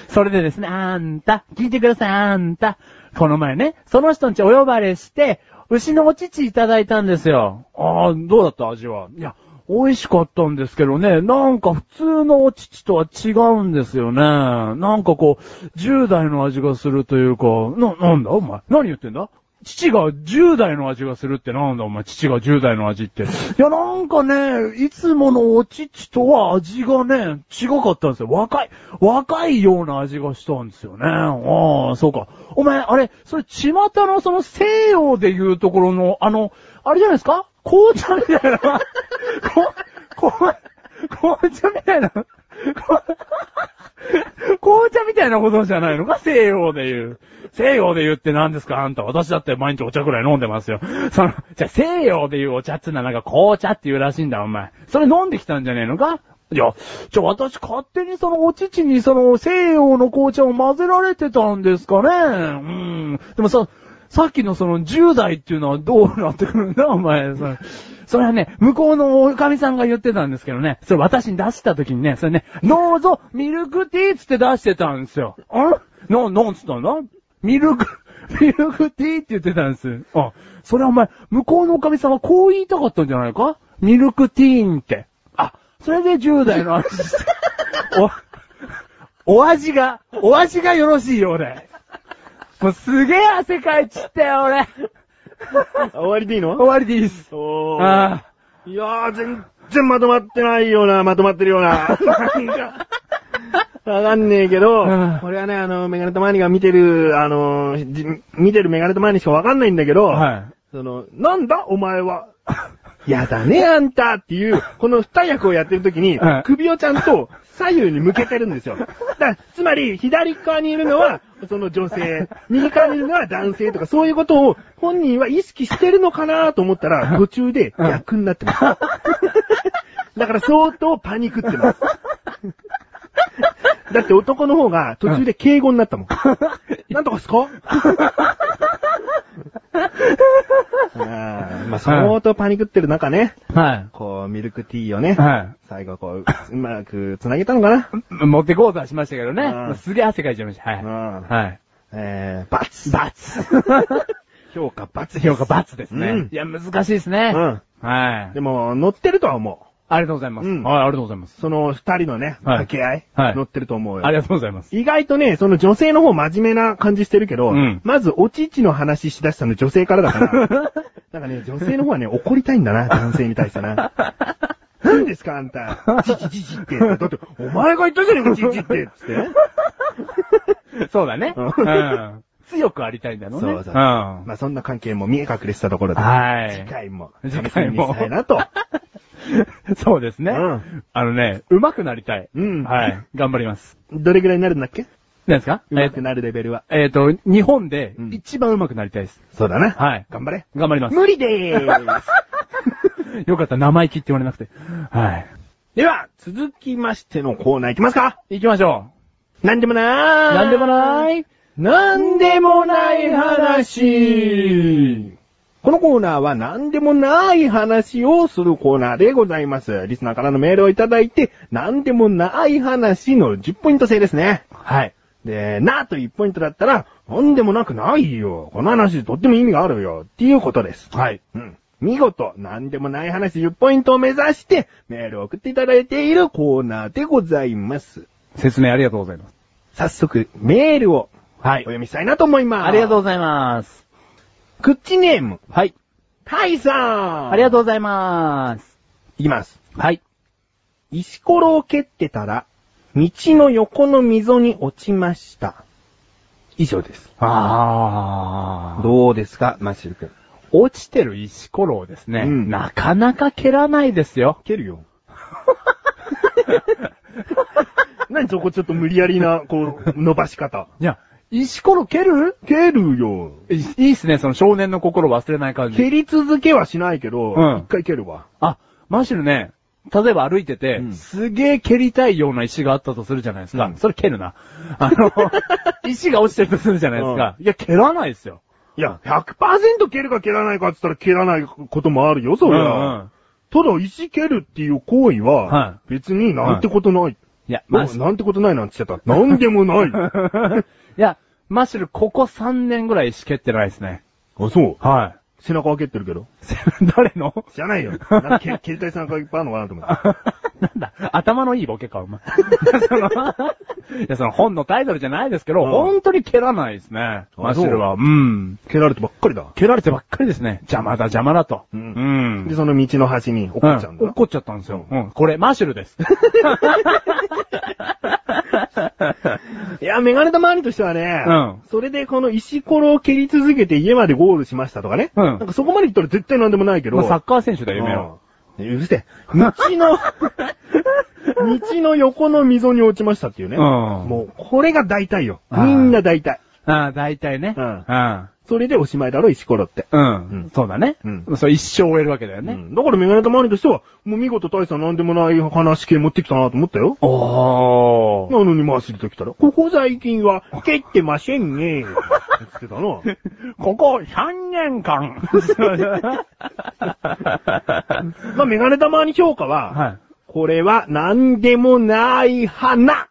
A: それでですね、あんた、聞いてください、あんた。この前ね、その人んちお呼ばれして、牛のお乳いただいたんですよ。ああ、どうだった味は。いや、美味しかったんですけどね、なんか普通のお乳とは違うんですよね。なんかこう、10代の味がするというか、な、なんだお前、何言ってんだ父が10代の味がするってなんだお前、父が10代の味って。いや、なんかね、いつものお乳とは味がね、違かったんですよ。若い、若いような味がしたんですよね。ああ、そうか。お前、あれ、それ、巷のその西洋でいうところの、あの、あれじゃないですか紅茶みたいな。 こ、こ、紅茶みたいな。こ 紅茶みたいなことじゃないのか西洋で言う。西洋で言うって何ですかあんた。私だって毎日お茶くらい飲んでますよ。その、じゃあ西洋で言うお茶っつうのはなんか紅茶っていうらしいんだ、お前。それ飲んできたんじゃねえのかいや、じゃあ私勝手にそのお乳にその西洋の紅茶を混ぜられてたんですかねうん。でもさ、さっきのその10代っていうのはどうなってくるんだ、お前。それそれはね、向こうのおかみさんが言ってたんですけどね、それ私に出した時にね、それね、どうぞ、ミルクティーつって出してたんですよ。んな、なんつったんだミルク、 ミルクティーって言ってたんです。あ、それはお前、向こうのおかみさんはこう言いたかったんじゃないかミルクティーンって。あ、それで10代の味して。お、お味が、お味がよろしいようで。もうすげえ汗かいちったよ、俺。
B: 終わりでいいの
A: 終わりでいいっす。
B: おー。
A: あ
B: いやー、全然まとまってないような、まとまってるよ うな。なんかわかんねえけど
A: うん、
B: これはね、あの、メガネとマーニが見てる、あの、じ見てるメガネとマーニしかわかんないんだけど、
A: あ。はい。
B: その、なんだお前は。 やだね、あんたっていう、この二役をやってる時に
A: うん、
B: 首をちゃんと左右に向けてるんですよ。だからつまり、左側にいるのは、その女性、右側にいるのは男性とか、そういうことを本人は意識してるのかなと思ったら、途中で逆になってます。だから相当パニックってます。だって男の方が途中で敬語になった もん。なんとかす かあーまあ、相当パニックってる中ね、
A: は
B: こう、ミルクティーをね
A: い。、は
B: 最後こう、うまく繋げたのかな。
A: い。持ってこうとはしましたけどね。
B: うん
A: すげえ汗かいちゃいました。はい。
B: うん
A: はい。
B: えー、バツ
A: バツ。
B: 評価バツ
A: 評価バツですね。
B: うん
A: いや、難しいですね。
B: うん。
A: はい。
B: でも、乗ってるとは思
A: ありがとうございます。
B: うん
A: はい、ありがとうございます。
B: う。その二人のね、
A: はい
B: 掛け合い、
A: はい
B: 乗ってると思うよ。
A: ありがとうございます。
B: 意外とね、その女性の方真面目な感じしてるけど、
A: うん
B: まず、おちちの話しだしたの女性から だから。なんかね、女性の方はね、怒りたいんだな、男性に対してな。何ですか、あんた。ちちちちって。だって、お前が言ったじゃねえか、ちちって。つってね。
A: そうだね。
B: うん
A: うん。強くありたいんだろうね。。
B: そうそうんまあ、そんな関係も見え隠れしたところで。
A: はい
B: 次回も、
A: 次
B: 楽し
A: 回
B: みに
A: も
B: したいなと。
A: そうですね。
B: うん
A: あのね、上手くなりたい。
B: うん
A: はい。頑張ります。
B: どれぐらいになるんだっけ
A: 何ですか
B: うまくなるレベルは。
A: えっ、と、日本で
B: うん
A: 一番上手くなりたいです。
B: そうだな。
A: はい
B: 頑張れ。
A: 頑張ります。
B: 無理でーす。
A: よかった、生意気って言われなくて。は
B: では、続きましてのコーナーいきますか
A: い。行きましょ
B: なんでもな
A: う。
B: ー
A: なんでもない。
B: なんでもない話。このコーナーはなんでもない話をするコーナーでございます。リスナーからのメールをいただいて、なんでもない話の10ポイント制ですね。
A: はい。
B: で、なと1ポイントだったら、なんでもなくないよ。この話とっても意味があるよ。っていうことです。
A: はい。
B: うん。見事、なんでもない話10ポイントを目指して、メールを送っていただいているコーナーでございます。
A: 説明ありがとうございます。
B: 早速、メールを
A: は
B: お。読みしたいなと思います。
A: ありがとうご
B: う。
A: ざいます。
B: クッチネーム、
A: はい。
B: タイさん
A: ありがとうございます。
B: いきます。
A: はい。
B: 石ころを蹴ってたら、道の横の溝に落ちました。以上です。
A: あー。
B: どうですか、マッシュル君。
A: 落ちてる石ころをですね、
B: うん
A: なかなか蹴らないですよ。
B: 蹴るよ。 何そこちょっと無理やりな、こう、伸ばし方。
A: いや、石ころ蹴る
B: 蹴るよ。
A: いいいっすね、その少年の心忘れない感じ。
B: 蹴り続けはしないけど、一、
A: うん
B: 回蹴るわ。
A: あ、マシュルね、例えば歩いてて、
B: うん
A: すげえ蹴りたいような石があったとするじゃないですか。
B: うん
A: それ蹴るな。あ の、石が落ちてるとするじゃないですか。いや、蹴らないですよ。
B: いや、100%蹴るか蹴らないかって言ったら蹴らないこともあるよ、そりゃ。
A: うんうん
B: ただ、石蹴るっていう行為
A: は
B: は、別になんてことない。
A: いや、マ
B: な
A: シュル、
B: なんてことないなんて言ってた。なんで もない。あ、
A: いや、マシュル、ここ3年ぐらい石蹴ってないですね。
B: そう。
A: は
B: 背中は蹴ってるけど。
A: い。 誰の
B: 知らないよ。なんか蹴蹴りたい背中がいっぱいあるのかなと思って。
A: なんだ、頭のいいボケか、 お前。その、いや、その本のタイトルじゃないですけど、
B: うん
A: 本当に蹴らないですね。
B: そう
A: マシュルは。うん。
B: 蹴られてばっかりだ。
A: 蹴られてばっかりですね。邪魔だ、邪魔だと。
B: うん
A: うん
B: で、その道の端に怒っちゃうんだ。
A: う怒っちゃったんですよ。うん。これ、マッシュルです。
B: いや、メガネ玉兄としてはね、
A: うん
B: それでこの石ころを蹴り続けて家までゴールしましたとかね。
A: うん
B: なんかそこまで言ったら絶対なんでもないけど。
A: まあサッカー選手だよ、夢は。
B: うんうるせえ。道 の、道の横の溝に落ちましたっていうね。
A: うん
B: もう、これが大体よ。
A: あー
B: みんな大体。
A: ああ、大体ね。
B: うん
A: うん。
B: それでおしまいだろ、石ころって。
A: うん。
B: うん
A: そうだね。
B: うん
A: そう、一生終えるわけだよ
B: う
A: ね。
B: んだからメガネ玉兄としては、もう見事大差なんでもない話系持ってきたなと思ったよ。
A: おー。
B: なのに回しときたら、ここ最近は蹴ってませんね。つって たな。
A: ここ3年間。
B: まあ、メガネ玉に評価 は、
A: は
B: これは何でもない花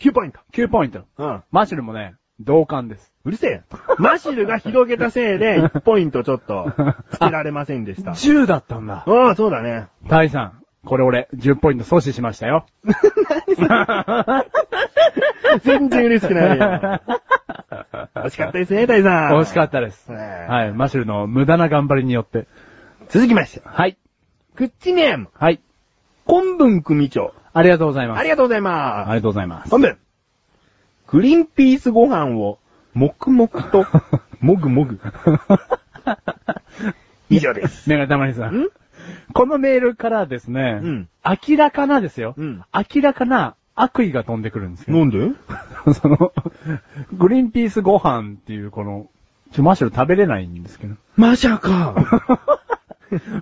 B: !9 ポイント。
A: い。9ポイント。
B: うん。
A: マッシュルもね、同感です。
B: うるせえ。マシルが広げたせい で、1ポイントちょっと、つけられませんで した。
A: 10だったんだ。
B: ああ、そうだね。
A: タイさん、これ俺、10ポイント阻止しました よ。
B: 全然嬉しくないよ。惜しかったですね、大さん。
A: 惜しかったです。
B: ねえ
A: はい。マッシュルの無駄な頑張りによって。
B: 続きまして。
A: はい。
B: くっちねん、
A: はい。
B: 昆文組長。
A: ありがとうございます。
B: ありがとうござい
A: あ
B: ます。
A: りがとうございます。
B: 本文。グリーンピースご飯を、黙々 と、もぐもぐ。以上で す。
A: メガネたまりさん。
B: ん
A: このメールからですね、
B: うん
A: 明らかなですよ、
B: うん
A: 明らかな悪意が飛んでくるんですよ。
B: んで
A: その、グリーンピースご飯っていうこの、ちょ、マシュル食べれないんです けど。
B: まさか。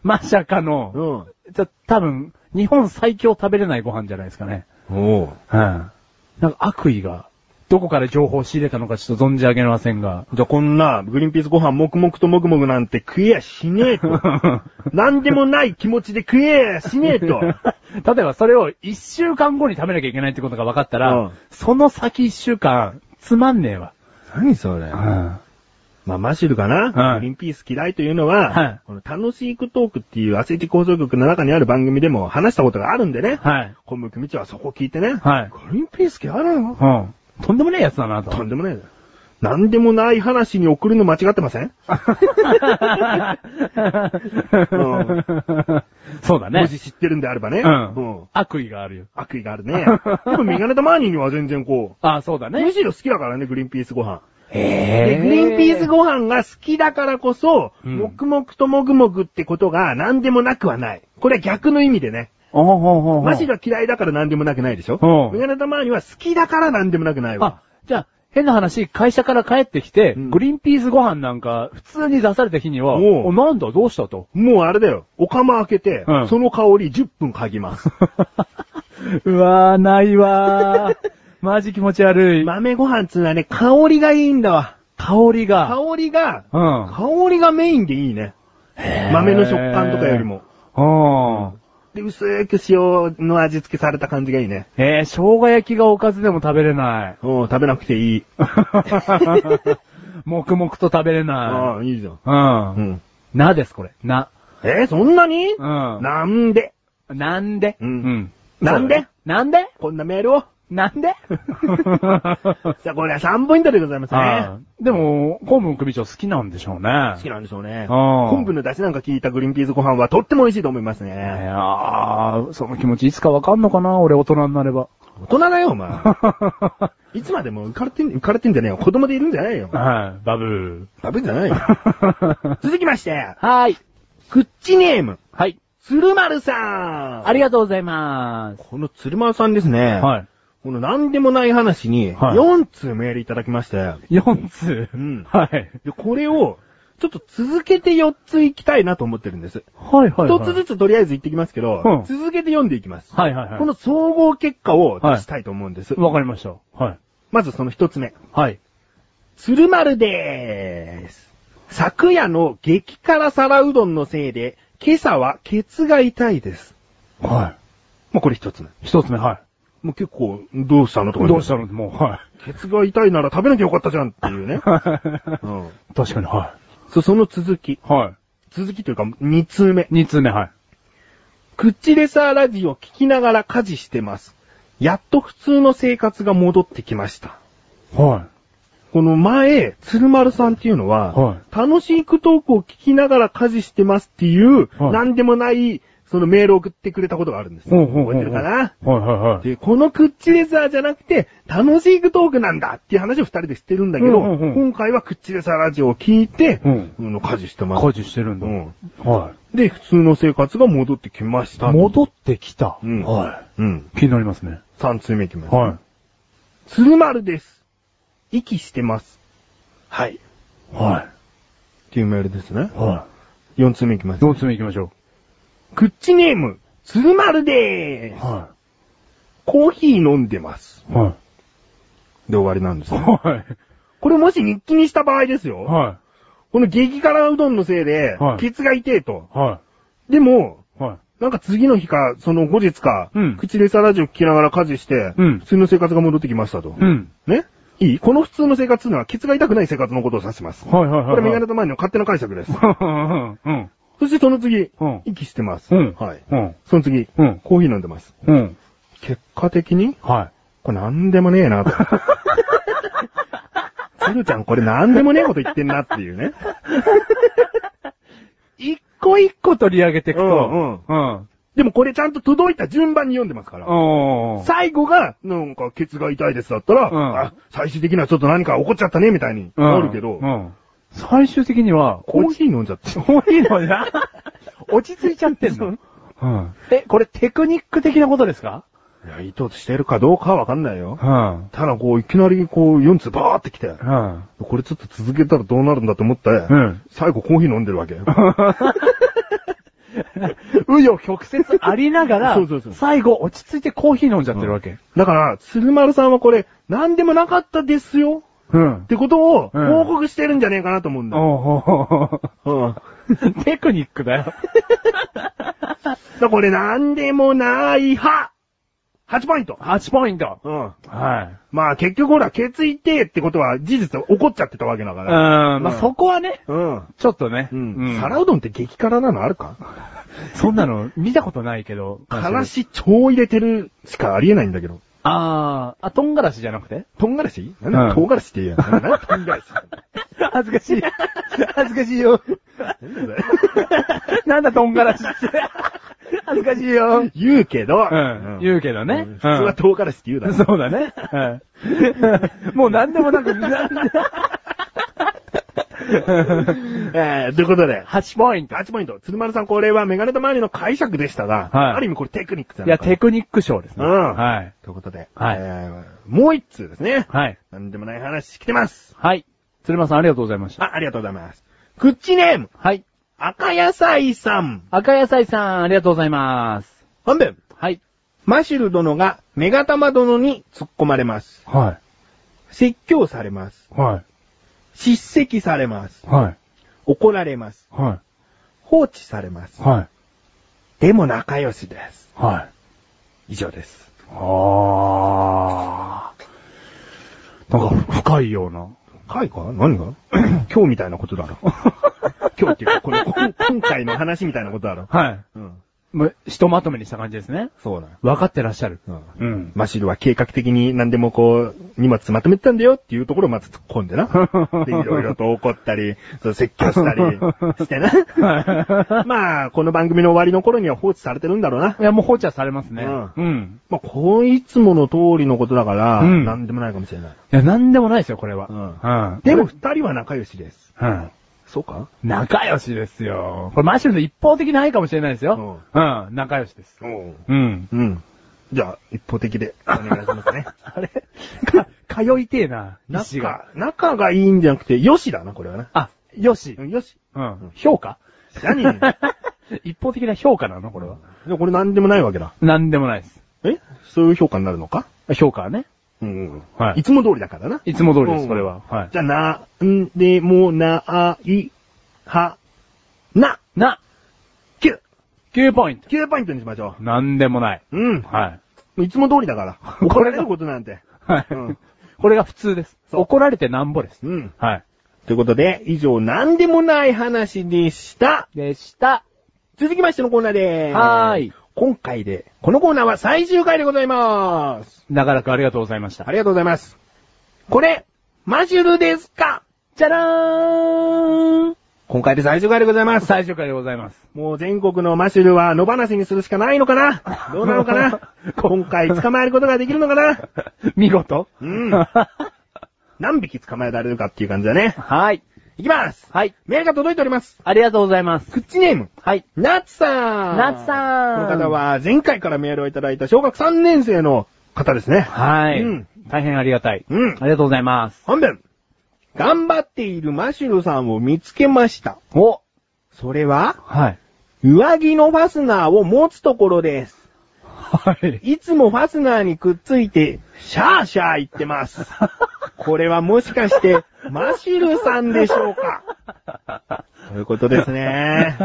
A: まさかの、
B: うん。お
A: じゃ、多分、日本最強食べれないご飯じゃないですかね。
B: う。
A: うん。なんか悪意が、どこから情報を仕入れたのかちょっと存じ上げませんが。
B: じゃあこんな、グリーンピースご飯黙々ともぐもぐなんて食えやしねえと。なんでもない気持ちで食えやしね えと。
A: 例えばそれを一週間後に食べなきゃいけないってことが分かったら、
B: うん
A: その先一週間、つまんねえわ。
B: 何それまあ、マシルかな、
A: はい
B: グリーンピース嫌いというの
A: はい
B: は、この楽しいクトークっていうアスレチック放送局の中にある番組でも話したことがあるんでね。
A: はい。
B: コム組長はそこ聞いてね。
A: はい
B: グリーンピース嫌いなの
A: うん。とんでもないやつだなと。
B: とんでもないな。なんでもない話に送るの間違ってません、うん、
A: そうだ
B: も
A: ね。
B: し知ってるんであればね。
A: うん、
B: うん
A: 悪意があるよ。
B: 悪意があるね。でもメガネタマーニーには全然こ
A: ああ、そうだ
B: う、む
A: ね。
B: しろ好きだからね、グリーンピースご飯。
A: へ
B: で、グリーンピースご飯が好きだからこそ、
A: うん
B: 黙々ともぐもぐってことが何でもなくはない。これは逆の意味でね。
A: おほほほ
B: マシが嫌いだから何でもなくないでしょ
A: うん
B: メガネタマーニーは好きだから何でもなくないわ。
A: あ、じゃあ、変な話、会社から帰ってきて、
B: うん
A: グリーンピースご飯なんか、普通に出された日には、
B: おう
A: お、なんだ、どうした と。
B: もうあれだよ。お釜開けて、
A: うん
B: その香り10分嗅 ぎます。
A: うわー、ないわ ー。マジ気持ち悪い。
B: 豆ご飯っつうのはね、香りがいいんだわ。
A: 香りが。
B: 香りが、
A: うん。
B: 香りがメインでいいね。豆の食感とかよりも。
A: うん。
B: で、薄く塩の味付けされた感じがいいね。
A: えー、生姜焼きがおかずでも食べれ ない。
B: うん、食べなくていい。
A: 黙々と食べれな
B: ああ、いいじゃん。
A: い。うん。
B: うん。
A: なです、これ。な。
B: えーそんなに
A: うん。
B: なんで
A: なんで
B: うんなんで
A: なんで
B: こんなメールを
A: なん で
B: さあ、これは3ポイントでございますね。
A: はいでも、公務組長好きなんでしょうね。
B: 好きなんでしょう
A: う
B: ね。
A: ん
B: 昆布の出汁なんか効いたグリーンピースご飯はとっても美味しいと思います
A: い
B: ね。
A: やー、その気持ちいつかわかんのかな俺大人になれ ば。
B: 大人だよ、お前。いつまでも浮かれてん、浮かれてんじゃねえよ。子供でいるんじゃないよ。
A: はい、バブ
B: ダメじゃない よ。
A: ー。
B: 続きまして、
A: はい。
B: クッチネーム、
A: はい。
B: 鶴丸さん。
A: ありがとうございます。
B: この鶴丸さんですね。
A: はい。
B: この何でもない話に、
A: はい
B: 4通メールいただきまして、
A: 4つ。
B: うん
A: はい。
B: で、これを、ちょっと続けて4つ行きたいなと思ってるんです。
A: はいはい、
B: 一つずつとりあえず行ってきますけど、
A: うん
B: 続けて読んでいきます。
A: はいはいはい。
B: この総合結果を出したいと思うんです。
A: わかりました。はい。
B: まずその一つ目。
A: はい。
B: 鶴丸でーす。昨夜の激辛皿うどんのせいで、今朝はケツが痛いです。
A: は
B: もうこれ一つ
A: い。
B: 目。
A: 一つ目、は
B: もう結構、どうしたのとか
A: い。どうしたのもう、はい。。
B: ケツが痛いなら食べなきゃよかったじゃんっていう ね
A: 確
B: うん。
A: かに、は
B: そ、その続き。
A: い。は
B: 続きというか、二通目
A: い。。二つ目、はい。
B: クッチレサーラジオ聞きながら家事してます。やっと普通の生活が戻ってきました。
A: は
B: この前、鶴丸さんっていうのは、
A: は
B: 楽しいクトークを聞きながら家事してますっていう、
A: はい
B: なんでもない、そのメールを送ってくれたことがあるんです。
A: い。ほうほうほう
B: 覚えてるかな
A: はいはいはい。
B: で、このクッチレサーじゃなくて、楽しいクトークなんだっていう話を二人でしてるんだけど、
A: うんうんうん
B: 今回はクッチレサーラジオを聞いて、
A: うん
B: うん家事してます。
A: 家事してるんだ。
B: うん
A: は
B: で、普通の生活が戻ってきまし
A: い。
B: た。
A: 戻ってきた。
B: うん
A: は
B: うん。
A: い。気になりますね。
B: 三通目いきます。
A: は
B: 鶴丸です。息してます。はい。っ
A: い。は
B: ていうメールですね
A: い。。は
B: 四通目いきま
A: い。
B: す。
A: 四つ目行きましょ
B: クッチネーム、鶴丸で
A: う。
B: ーす。
A: は
B: コーヒー飲んでます。
A: い。は
B: で終わりなんです
A: い。
B: よ。
A: はい。
B: これもし日記にした場合ですよ。
A: は
B: この激辛うどんのせいで
A: は、い
B: ケツが痛えと。
A: い。は
B: でも、
A: い。はい。
B: なんか次の日か、その後日か、
A: うん
B: 口レサラジオ聞きながら家事して、
A: うん
B: 普通の生活が戻ってきましたと。
A: うん。
B: ねいいこの普通の生活というのは、ケツが痛くない生活のことを指します。
A: はいはいはいはい。
B: これ、メガネと前の勝手な解釈です。
A: うん。うん。
B: そしてその次、
A: うん
B: 息してます。
A: うん。
B: はい。
A: うん。
B: その次、
A: うん
B: コーヒー飲んでます。
A: うん。
B: 結果的に、
A: はい。
B: これなんでもねえ なと。つるちゃんこれなんでもねえこと言ってんなっていうね。
A: 一個一個取り上げていくと、
B: うん
A: うん。うん。
B: でもこれちゃんと届いた順番に読んでますから。
A: おー。
B: 最後が、なんか、ケツが痛いですだったら、
A: うん
B: あ、最終的にはちょっと何か起こっちゃったね、みたいに
A: うん
B: なるけど、
A: うん。最終的には、
B: コーヒー飲んじゃって。
A: コーヒーのな、 落ち着いちゃってんのうん。え、これテクニック的なことですか
B: いや、意図してるかどうかはわかんないよ。
A: ん。
B: ただこう、いきなりこう、4つバーってきて、
A: うん。
B: これちょっと続けたらどうなるんだと思って、
A: ん
B: 最後コーヒー飲んで るわけ。
A: うよ曲折ありながら、
B: そうそうそう
A: 最後落ち着いてコーヒー飲んじゃってるわけ。
B: だから、鶴丸さんはこれ、何でもなかったですよ。
A: うん
B: ってことを、
A: うん
B: 報告してるんじゃねえかなと思うんだよ。
A: おー
B: うん。だか
A: テクニックだよ。
B: らこれ、何でもない派 !8 ポイント
A: 8ポイント。
B: うん。
A: はい。
B: まあ結局ほら、決意定ってことは事実起こっちゃってたわけだか
A: うん。
B: ら。
A: まあ、そこはね、
B: うん。
A: ちょっとね。
B: うん。皿うどんって激辛なのあるか
A: そんなの見たことないけど。
B: 辛子超入れてるしかありえないんだけど。
A: あー、あ、トンガラシじゃなくて
B: 唐辛子なんだ、
A: うん
B: 唐辛子って言うやん。な んだ唐辛子。
A: 恥ずかしい。恥ずかしいよ。
B: なんだよ
A: なんだトンガラシって。恥ずかしいよ。うん。
B: 言うけど。
A: 言うけどね。
B: うん普通は唐辛子って言うだ
A: うん
B: ろ。
A: そうだね。うんもう何でもなく、
B: えー、ということで。
A: 8ポイント。
B: 8ポイント。鶴丸さん、これはメガネと周りの解釈でしたが、
A: はい
B: ある意味これテクニックだ
A: いや、テクニック賞ですね。
B: うん
A: はい。
B: ということで、
A: はい
B: えーもう一通ですね。
A: はい。
B: なんでもない話来てます。
A: はい。鶴間さんありがとうございました。
B: あ、ありがとうございます。クッチネーム、
A: はい。
B: 赤野菜さん。
A: 赤野菜さんありがとうございます。
B: 本文、
A: はい。
B: マシュル殿がメガタマ殿に突っ込まれます。
A: は
B: 説教されます。
A: い。はい。
B: 叱責されます。
A: はい。
B: 怒られます。
A: は
B: 放置されます
A: い。。はい。
B: でも仲良しです。
A: はい。
B: 以上です。
A: あー。なんか深いような。
B: いか何が 今日 みたいなことだろ。今日っていうか、このこん今回の話みたいなことだろ。
A: はい。
B: うん。
A: もうひとまとめにした感じですね。
B: そうなの。
A: 分かってらっしゃる。
B: うん
A: うん。
B: マシルは計画的に何でもこう、荷物まとめてたんだよっていうところをまず突っ込ん でな。で、いろいろと怒ったり、そう説教したりしてな。まあ、この番組の終わりの頃には放置されてるんだろうな。
A: いや、もう放置はされますね。
B: うん
A: うん。
B: まあ、こういつもの通りのことだから、
A: うん
B: 何でもないかもしれない。
A: いや、なんでもないですよ、これは。
B: うん
A: で
B: でも
A: も、
B: 二人は仲良しです。
A: うん。
B: そうか
A: 仲良しですよ。これ、マシュルの一方的な愛かもしれないですよ。うん。仲良しです。
B: うん。
A: うん。
B: うん。じゃあ、一方的でお願いしますね。
A: あれか、通いてえな、 意思が。
B: 仲、仲がいいんじゃなくて、よしだな、これはな。
A: あ、よし。
B: うんよし。
A: うん。評価
B: 何で
A: 一方的な評価なのこれは。
B: もこれ何でもないわけだ。
A: なんでもないです。
B: えそういう評価になるのか
A: 評価はね。
B: うんうん。
A: はい
B: いつも通りだからな。
A: いつも通りで
B: う
A: す、
B: ん
A: これは。はい。
B: じゃあ、な、んでもな、い、は、な、
A: な、
B: 9、
A: 9ポイント。
B: 9ポイントにしましょ
A: なんでもない。
B: う。うん。
A: はい。
B: いつも通り だから。
A: こ
B: 怒
A: れ
B: ら
A: だ
B: れることなんて。
A: はい
B: うん。
A: これが普通です。怒られてなんぼです。
B: うん。
A: はい。
B: ということで、以上、何でもない話でした。
A: でした。
B: 続きましてのコーナーでーす。
A: はーい。
B: 今回で、このコーナーは最終回でございます。
A: 長らくありがとうございました
B: あ。りがとうございます。これ、マジュルですか
A: じゃらーん
B: 今回で最終回でございます。
A: 最終回でございます。
B: もう全国のマシュルは野放しにするしかないの かなどうなのかな今回捕まえることができるのかな
A: 見事
B: う ん
A: は
B: 何匹捕まえられるかっていう感じだね。
A: い。
B: いきます
A: はい。
B: メールが届いております。
A: ありがとうございます。
B: クッチネーム、
A: はい。
B: ナツさん。
A: ナツさん
B: この方は前回からメールをいただいた小学3年生の方ですね。
A: はい、
B: うん
A: 大変ありがたい。
B: うん
A: ありがとうございます。
B: 本文。頑張っているマシュルさんを見つけました。
A: お
B: それは、
A: はい。
B: 上着のファスナーを持つところです。
A: はい。
B: いつもファスナーにくっついて、シャーシャー言っ てます。これはもしかして、マシルさんでしょうかということですね。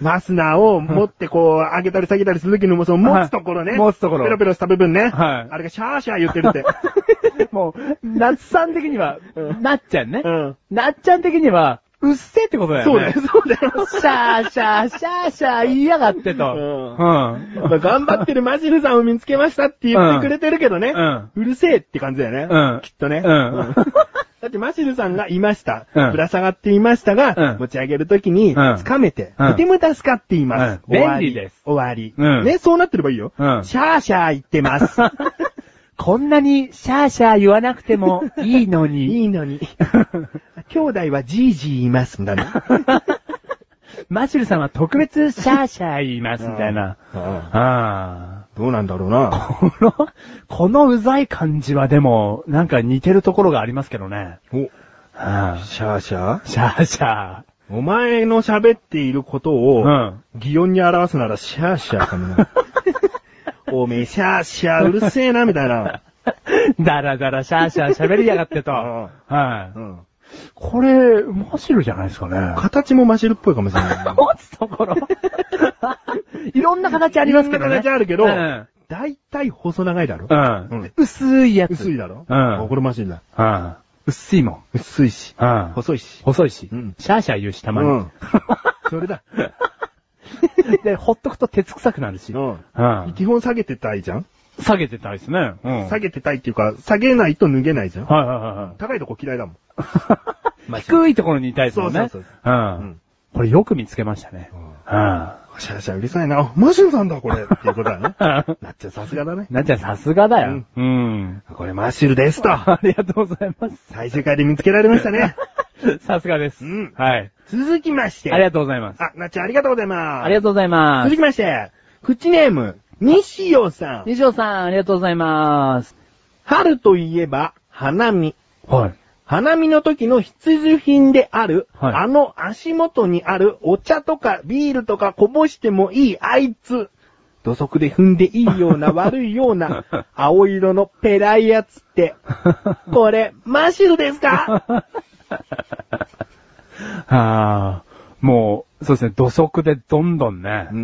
B: ファスナーを持ってこう、上げたり下げたりするときの、その持つところね。
A: はい持つところ
B: ペロペロした部分
A: は
B: ね。
A: い
B: あれがシャーシャー言ってるって。
A: もう、なっさん的には、なっちゃんね
B: う。ん。
A: なっちゃん的には、うっせえってことだよね。
B: そうだよ、そうだよ。
A: シャーシャーシャーシャー言いやがってと。
B: うん
A: うん。
B: まあ 頑張ってるマシルさんを見つけましたって言ってくれてるけどね。
A: うん
B: うるせえって感じだよね。
A: うん
B: きっとね。
A: うん
B: だってマシルさんがいました。
A: うん
B: ぶら下がっていましたが、
A: うん
B: 持ち上げるときに、
A: うん
B: 掴めて、
A: うん
B: とても助かっています。
A: うん
B: 終わり
A: 便利です
B: 終わり、
A: うん
B: ね、そうなってればいいよ。
A: うん
B: シャーシャー言ってます。
A: こんなにシャーシャー言わなくてもいいのに。
B: いいのに。兄弟はじいじいます、みたいな。
A: マシュルさんは特別シャーシャー言います、みたいな。
B: うんうん
A: あ
B: どうなんだろう な。
A: あ。この、このうざい感じはでも、なんか似てるところがありますけどね。
B: お、
A: あ
B: シャーシャー
A: あシャーシャー。
B: お前の喋っていることを、
A: うん。
B: 擬音に表すならシャーシャーかも な。おめえシャーシャーうるせえな、みたいな。
A: だらだらシャーシャー喋りやがってと。
B: うん
A: は
B: う
A: い。
B: ん。
A: これ、マシュルじゃないですかね。
B: 形もマシルっぽいかもしれない。
A: 持つところ。 いろんな形ありますけどね。
B: いろんな形あるけど
A: うん。
B: だいたい細長いだろ
A: う
B: うんん。
A: 薄いやつ。
B: 薄いだろ
A: うん
B: あこれマシルだ。
A: うん。薄いもん。
B: 薄いし。
A: うん。
B: 細いし。
A: 細いし。
B: うん
A: シャーシャー言うし、たまに。
B: うんそれだ。
A: で、ほっとくと鉄臭くなるし。
B: うん
A: うん。
B: 基本下げてたいじゃん
A: 下げてたいですね。うん。
B: 下げてたいっていうか、下げないと脱げないじゃん
A: はいはいはいは
B: 高いとこ嫌いだもん。
A: い。低いところにいたいですもんね。
B: そうそうそう
A: う
B: うんん。
A: これよく見つけましたね。うん。。
B: シャーシャーうるさいな。あマシルさんだ、これ。っていうことだね
A: な
B: なっちゃんさすがだね。
A: っちゃんさすがだよ。うん。
B: これマシルですと。
A: ありがとうございます。
B: 最終回で見つけられましたね。
A: さすがです。
B: うん
A: はい。
B: 続きまして。
A: ありがとうございます。
B: あ、なっちゃんありがとうございます。
A: ありが
B: と
A: とうございます
B: 続。きまして、口ネーム、西尾さん。
A: 西尾さん、ありがとうございます。
B: 春といえば、花見。
A: はい。
B: 花見の時の必需品である、
A: はい
B: あの足元にあるお茶とかビールとかこぼしてもいいあいつ。土足で踏んでいいような悪いよ うな青色のペラいやつって、これ、マシルで すか
A: ああ、もう、そうですね、土足でどんどんね。
B: うん
A: う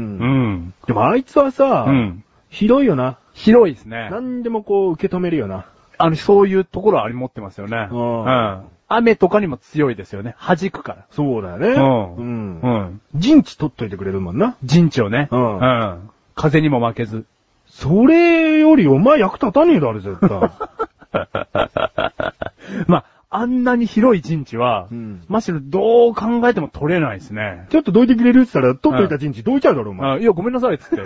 A: ん。
B: でもあいつはさ
A: うん。
B: 広いよな。
A: 広いですね。
B: 何でもこう受け止めるよな。
A: あの、そういうところはあり持ってますよね。
B: うん
A: うん。雨とかにも強いですよね。弾くから。
B: そうだね。
A: うん
B: うん。
A: うん。
B: 陣地取っといてくれるもんな。
A: 陣地をね。
B: うん
A: うん。風にも負けず。
B: それよりお前役立たねえだろ、絶対。
A: まあ、あんなに広い陣地は、
B: うん
A: むしろどう考えても取れないですね。
B: ちょっとどいてくれるって言ったら、取っといた陣地どいちゃうだろ、お前。
A: あいや、ごめんなさ い、つって。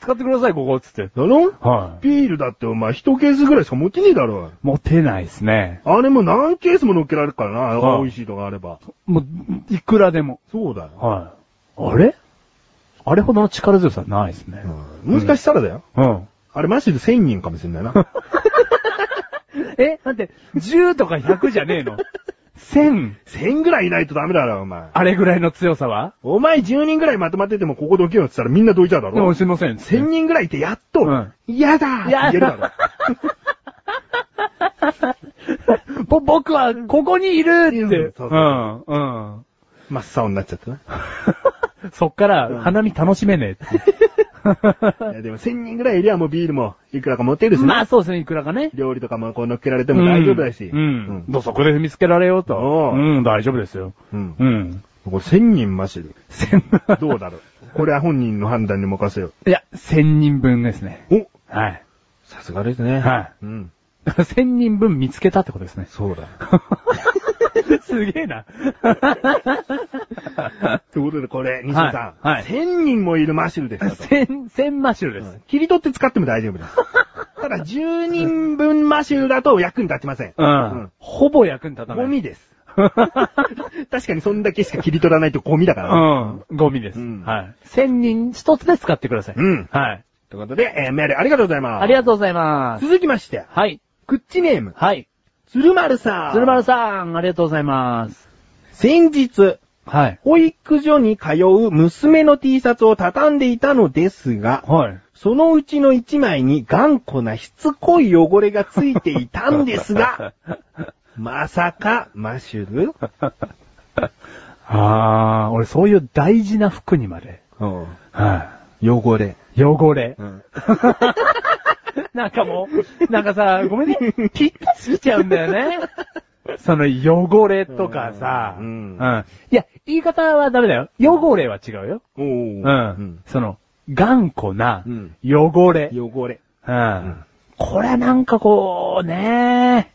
A: 使ってください、ここ、つって。
B: だろ
A: はい。
B: ビールだってお前一ケースぐらいしか持ってねえだろ。
A: 持てないですね。
B: あれも何ケースも乗っけられるからな、
A: はい
B: 美味しいとかあれば。
A: もう、いくらでも。
B: そうだよ。
A: はい。あれあれほどの力強さないですね。
B: うんもしかしたらだよ。
A: うん。
B: あれマジで1000人かもしれないな。
A: えだって、10とか100じゃねえ の ?1000?
B: 1000ぐらいいないとダメだろ、お前。
A: あれぐらいの強さは
B: お前10人ぐらいまとまっててもここどけよって言ったらみんなどいちゃうだ
A: でも
B: ろ。
A: すいません。
B: 1000人ぐらいいてやっと
A: うん、
B: 嫌だって言えるだろ。
A: ぼ、僕は、ここにいるって。、
B: うんそううそうん
A: うん。
B: 真っ青になっちゃったな。
A: そっから、花見楽しめねえっ
B: いやでも1000人ぐらいいりゃもうビールもいくらか持ってる
A: て。
B: し
A: まあ
B: な。
A: そうですね、いくらかね。
B: 料理とかもこう乗っけられても大丈夫だし。
A: う。
B: うんん
A: どうそこで踏みつけられようと。
B: おう
A: うん、大丈夫ですよ。
B: うん。
A: うん。
B: これ1000人マジで。
A: 千、
B: ど うだろう。これは本人の判断に任せよ
A: いや、千人分ですね。
B: う。お
A: はい。
B: さすがですね。。
A: はい
B: うん。
A: 千人分見つけたってことですね。
B: そうだ。
A: すげえな。
B: ということでこれ、西野さん。
A: はいはい
B: 1000人もいるマシュルですよと。
A: 千、千マシュルです。
B: 切り取って使っても大 丈夫です。ただ、10人分マシュルだと役に立ちません。
A: うん。ほぼ役に立たない。
B: ゴミです。確かにそんだけしか切り取らないとゴミだから。
A: うん。ゴミです。
B: うん
A: はい。千人一つで使ってください。
B: うん
A: はい。
B: ということで、えーメールありがとうございます。
A: ありがとうございます。
B: 続きまして、
A: はい。
B: クッチネーム、
A: はい。
B: 鶴丸さん。
A: 鶴丸さん、ありがとうございます。
B: 先日、
A: はい。
B: 保育所に通う娘の T シャツを畳んでいたのですが、
A: はい。
B: そのうちの一枚に頑固なしつこい汚れがついていたんです が、まさか、マシュ ル
A: あー、俺そういう大事な服にまで。は
B: 汚れ。
A: い。汚れ。
B: うん。
A: なんかもう、なんかさ、ごめんね、ピッチしちゃうんだよね。その汚れとかさ、
B: うん
A: うん。いや、言い方はダメだよ。汚れは違うよ。
B: お
A: う
B: ー
A: ん。その、頑固な
B: うん
A: 汚れ。
B: 汚れ。
A: うん。これなんかこう、ね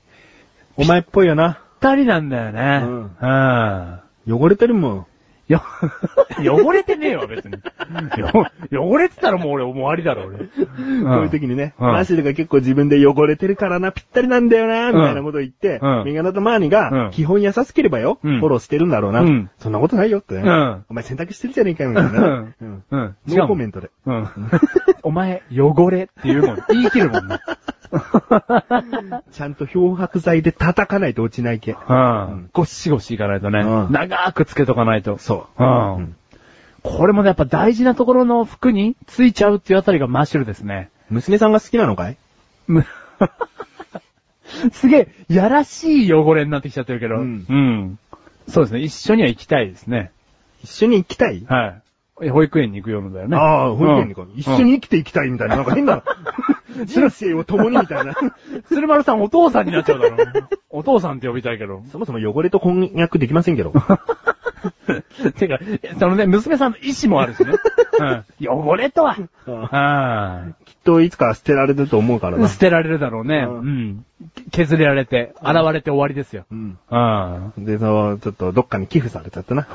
B: お前っぽいよ
A: ぴ
B: な。
A: ったりなんだよね。
B: うん
A: うん。
B: 汚れてるもん。
A: よ、 汚れてねえわ、別に。よ汚れてたらもう俺終わりだろ、俺。
B: こういう時にね、
A: うん
B: マシルが結構自分で汚れてるからな、ぴったりなんだよな、みたいなこと言って、
A: うん
B: メガネとマーニが
A: う、ん
B: 基本優しければよ、
A: うん
B: フォローしてるんだろうな。
A: うん
B: そんなことないよってね。
A: うん
B: お前選択してるじゃねえかよ、みたいなね。うん
A: うん。
B: ノーコメン
A: ト。
B: トで。
A: うん。 お前、汚れって言うもん。言い切るもんな。
B: ちゃんと漂白剤で叩かないと落ちない系。
A: うん。ゴシゴシいかないとね。
B: うん
A: 長くつけとかないと。
B: そう。
A: うん。
B: うん
A: これもね、やっぱ大事なところの服についちゃうっていうあたりがマッシュルですね。
B: 娘さんが好きなのかい
A: む すげえ、やらしい汚れになってきちゃってるけど。
B: うん
A: うん。そうですね。一緒には行きたいですね。
B: 一緒に行きたい
A: はい。え保育園に行くようなんだよね。
B: ああ、保育園に行こう
A: う。ん
B: 一緒に生きていきたいみたいな、なんか 変な、人生を共にみたいな。
A: 鶴丸さんお父さんになっちゃうだろ。お父さんって呼びたいけど。
B: そもそも汚れと婚約できませんけど。
A: てか、そのね、娘さんの意思もあるしね。うん。汚れとは。
B: きっといつか捨てられると思うから
A: うん。
B: な
A: 捨。てられるだろうね。
B: う
A: うん。削れられて、現れて終わりですよ。
B: うん。
A: うん。
B: で、その、ちょっとどっかに寄付されちゃ ったな。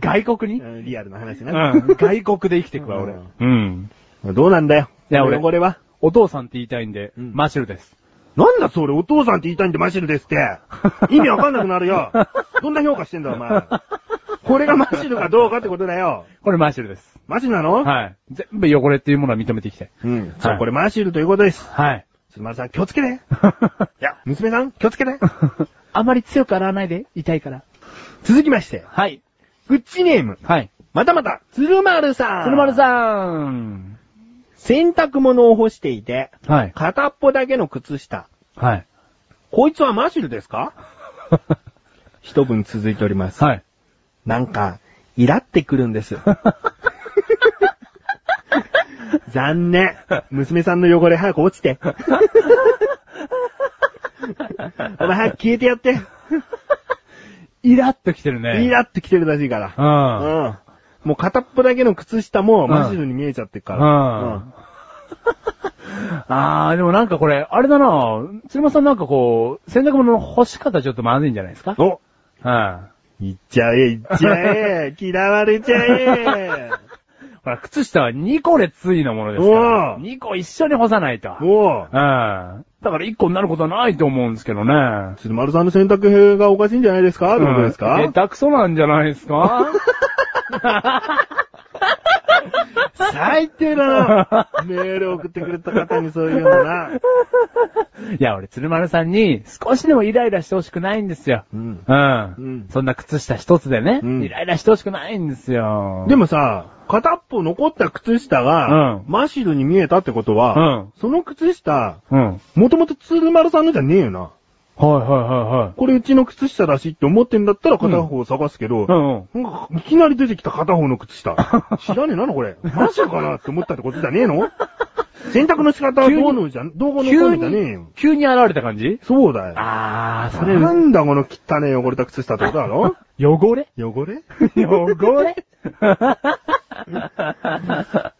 A: 外国に
B: うんリアルな話
A: う
B: な。
A: ん。外国で生きてくわ、俺。うん。
B: どうなんだよ。
A: いや俺
B: 汚れは。
A: お父さんって言いたいんで、
B: うん
A: マシュルです。
B: なんだそれ、お父さんって言いたいんでマシルですって。意味わかんなくなる よ。どんな評価してんだ、お前。これがマシルかどうかってことだよ。
A: これマシュルです。
B: マシルなのい。
A: はい。全部汚れっていうものは認めていきたい。
B: うん。そ
A: は
B: う、
A: い
B: これマシルということです。
A: はい。
B: すまさん、気をつけて。いや、娘さん、気をつけ て。
A: あまり強く洗わないで、痛いから。
B: 続きまして、
A: はい。
B: グッチネーム。
A: はい。
B: またまた、鶴丸さん。
A: 鶴丸
B: ん。
A: さん。
B: 洗濯物を干していて、
A: はい。
B: 片っぽだけの靴下。
A: はい。
B: こい つはマシルですか一文続いております。
A: はい。
B: なんか、イラってくる んです。残念。娘さんの汚れ早く落ちて。お前早く消えてやって。
A: イラッときてるね。
B: イラって来てるらしいから。
A: うん。
B: うん。もう片っぽだけの靴下も
A: ん
B: マジルに見えちゃってるか
A: う
B: ら。
A: ん あー、でもなんかこれ、あれだな鶴間さんなんかこう、洗濯物の干し方ちょっとまずいんじゃないですか
B: うんお
A: うん。
B: いっちゃえ、いっち ゃえ嫌われちゃえ
A: ほら、靴下は2個でついのものですから。
B: おう
A: 2個一緒に干さないと。うん。
B: おう
A: だから1個になることはないと思うんですけどね。
B: 鶴丸さんの選択兵がおかしいんじゃないですかってことですか、
A: うん下手くそなんじゃないです か
B: 最低だ なメール送ってくれた方にそういうのな。
A: いや、俺、鶴丸さんに少しでもイライラしてほしくないんですよ。
B: うん
A: うん。
B: うん
A: そんな靴下一つでね、
B: うん
A: イライラしてほしくないんですよ。
B: でもさ、片っぽ残った靴下が、
A: うん
B: マシルに見えたってこと
A: う
B: は
A: ん、
B: その靴下、
A: うん。はい
B: もともと鶴丸さんのじゃねえよな。
A: はいはいはい。
B: これうちの靴下だしって思ってんだったら片方探すけど、
A: うんうん。
B: なんかいきなり出てきた片方の靴下。 知らねえなのこれ。マジかなって思ったってことじゃねえの洗濯の仕方はどうのじゃ、どうのこうのじゃねえよ。
A: 急に現れた感じ
B: そうだよ。
A: あー、それ、
B: なんだこの汚ねえ汚れた靴下ってことだろ
A: 汚れ
B: 汚れ
A: 汚 れあ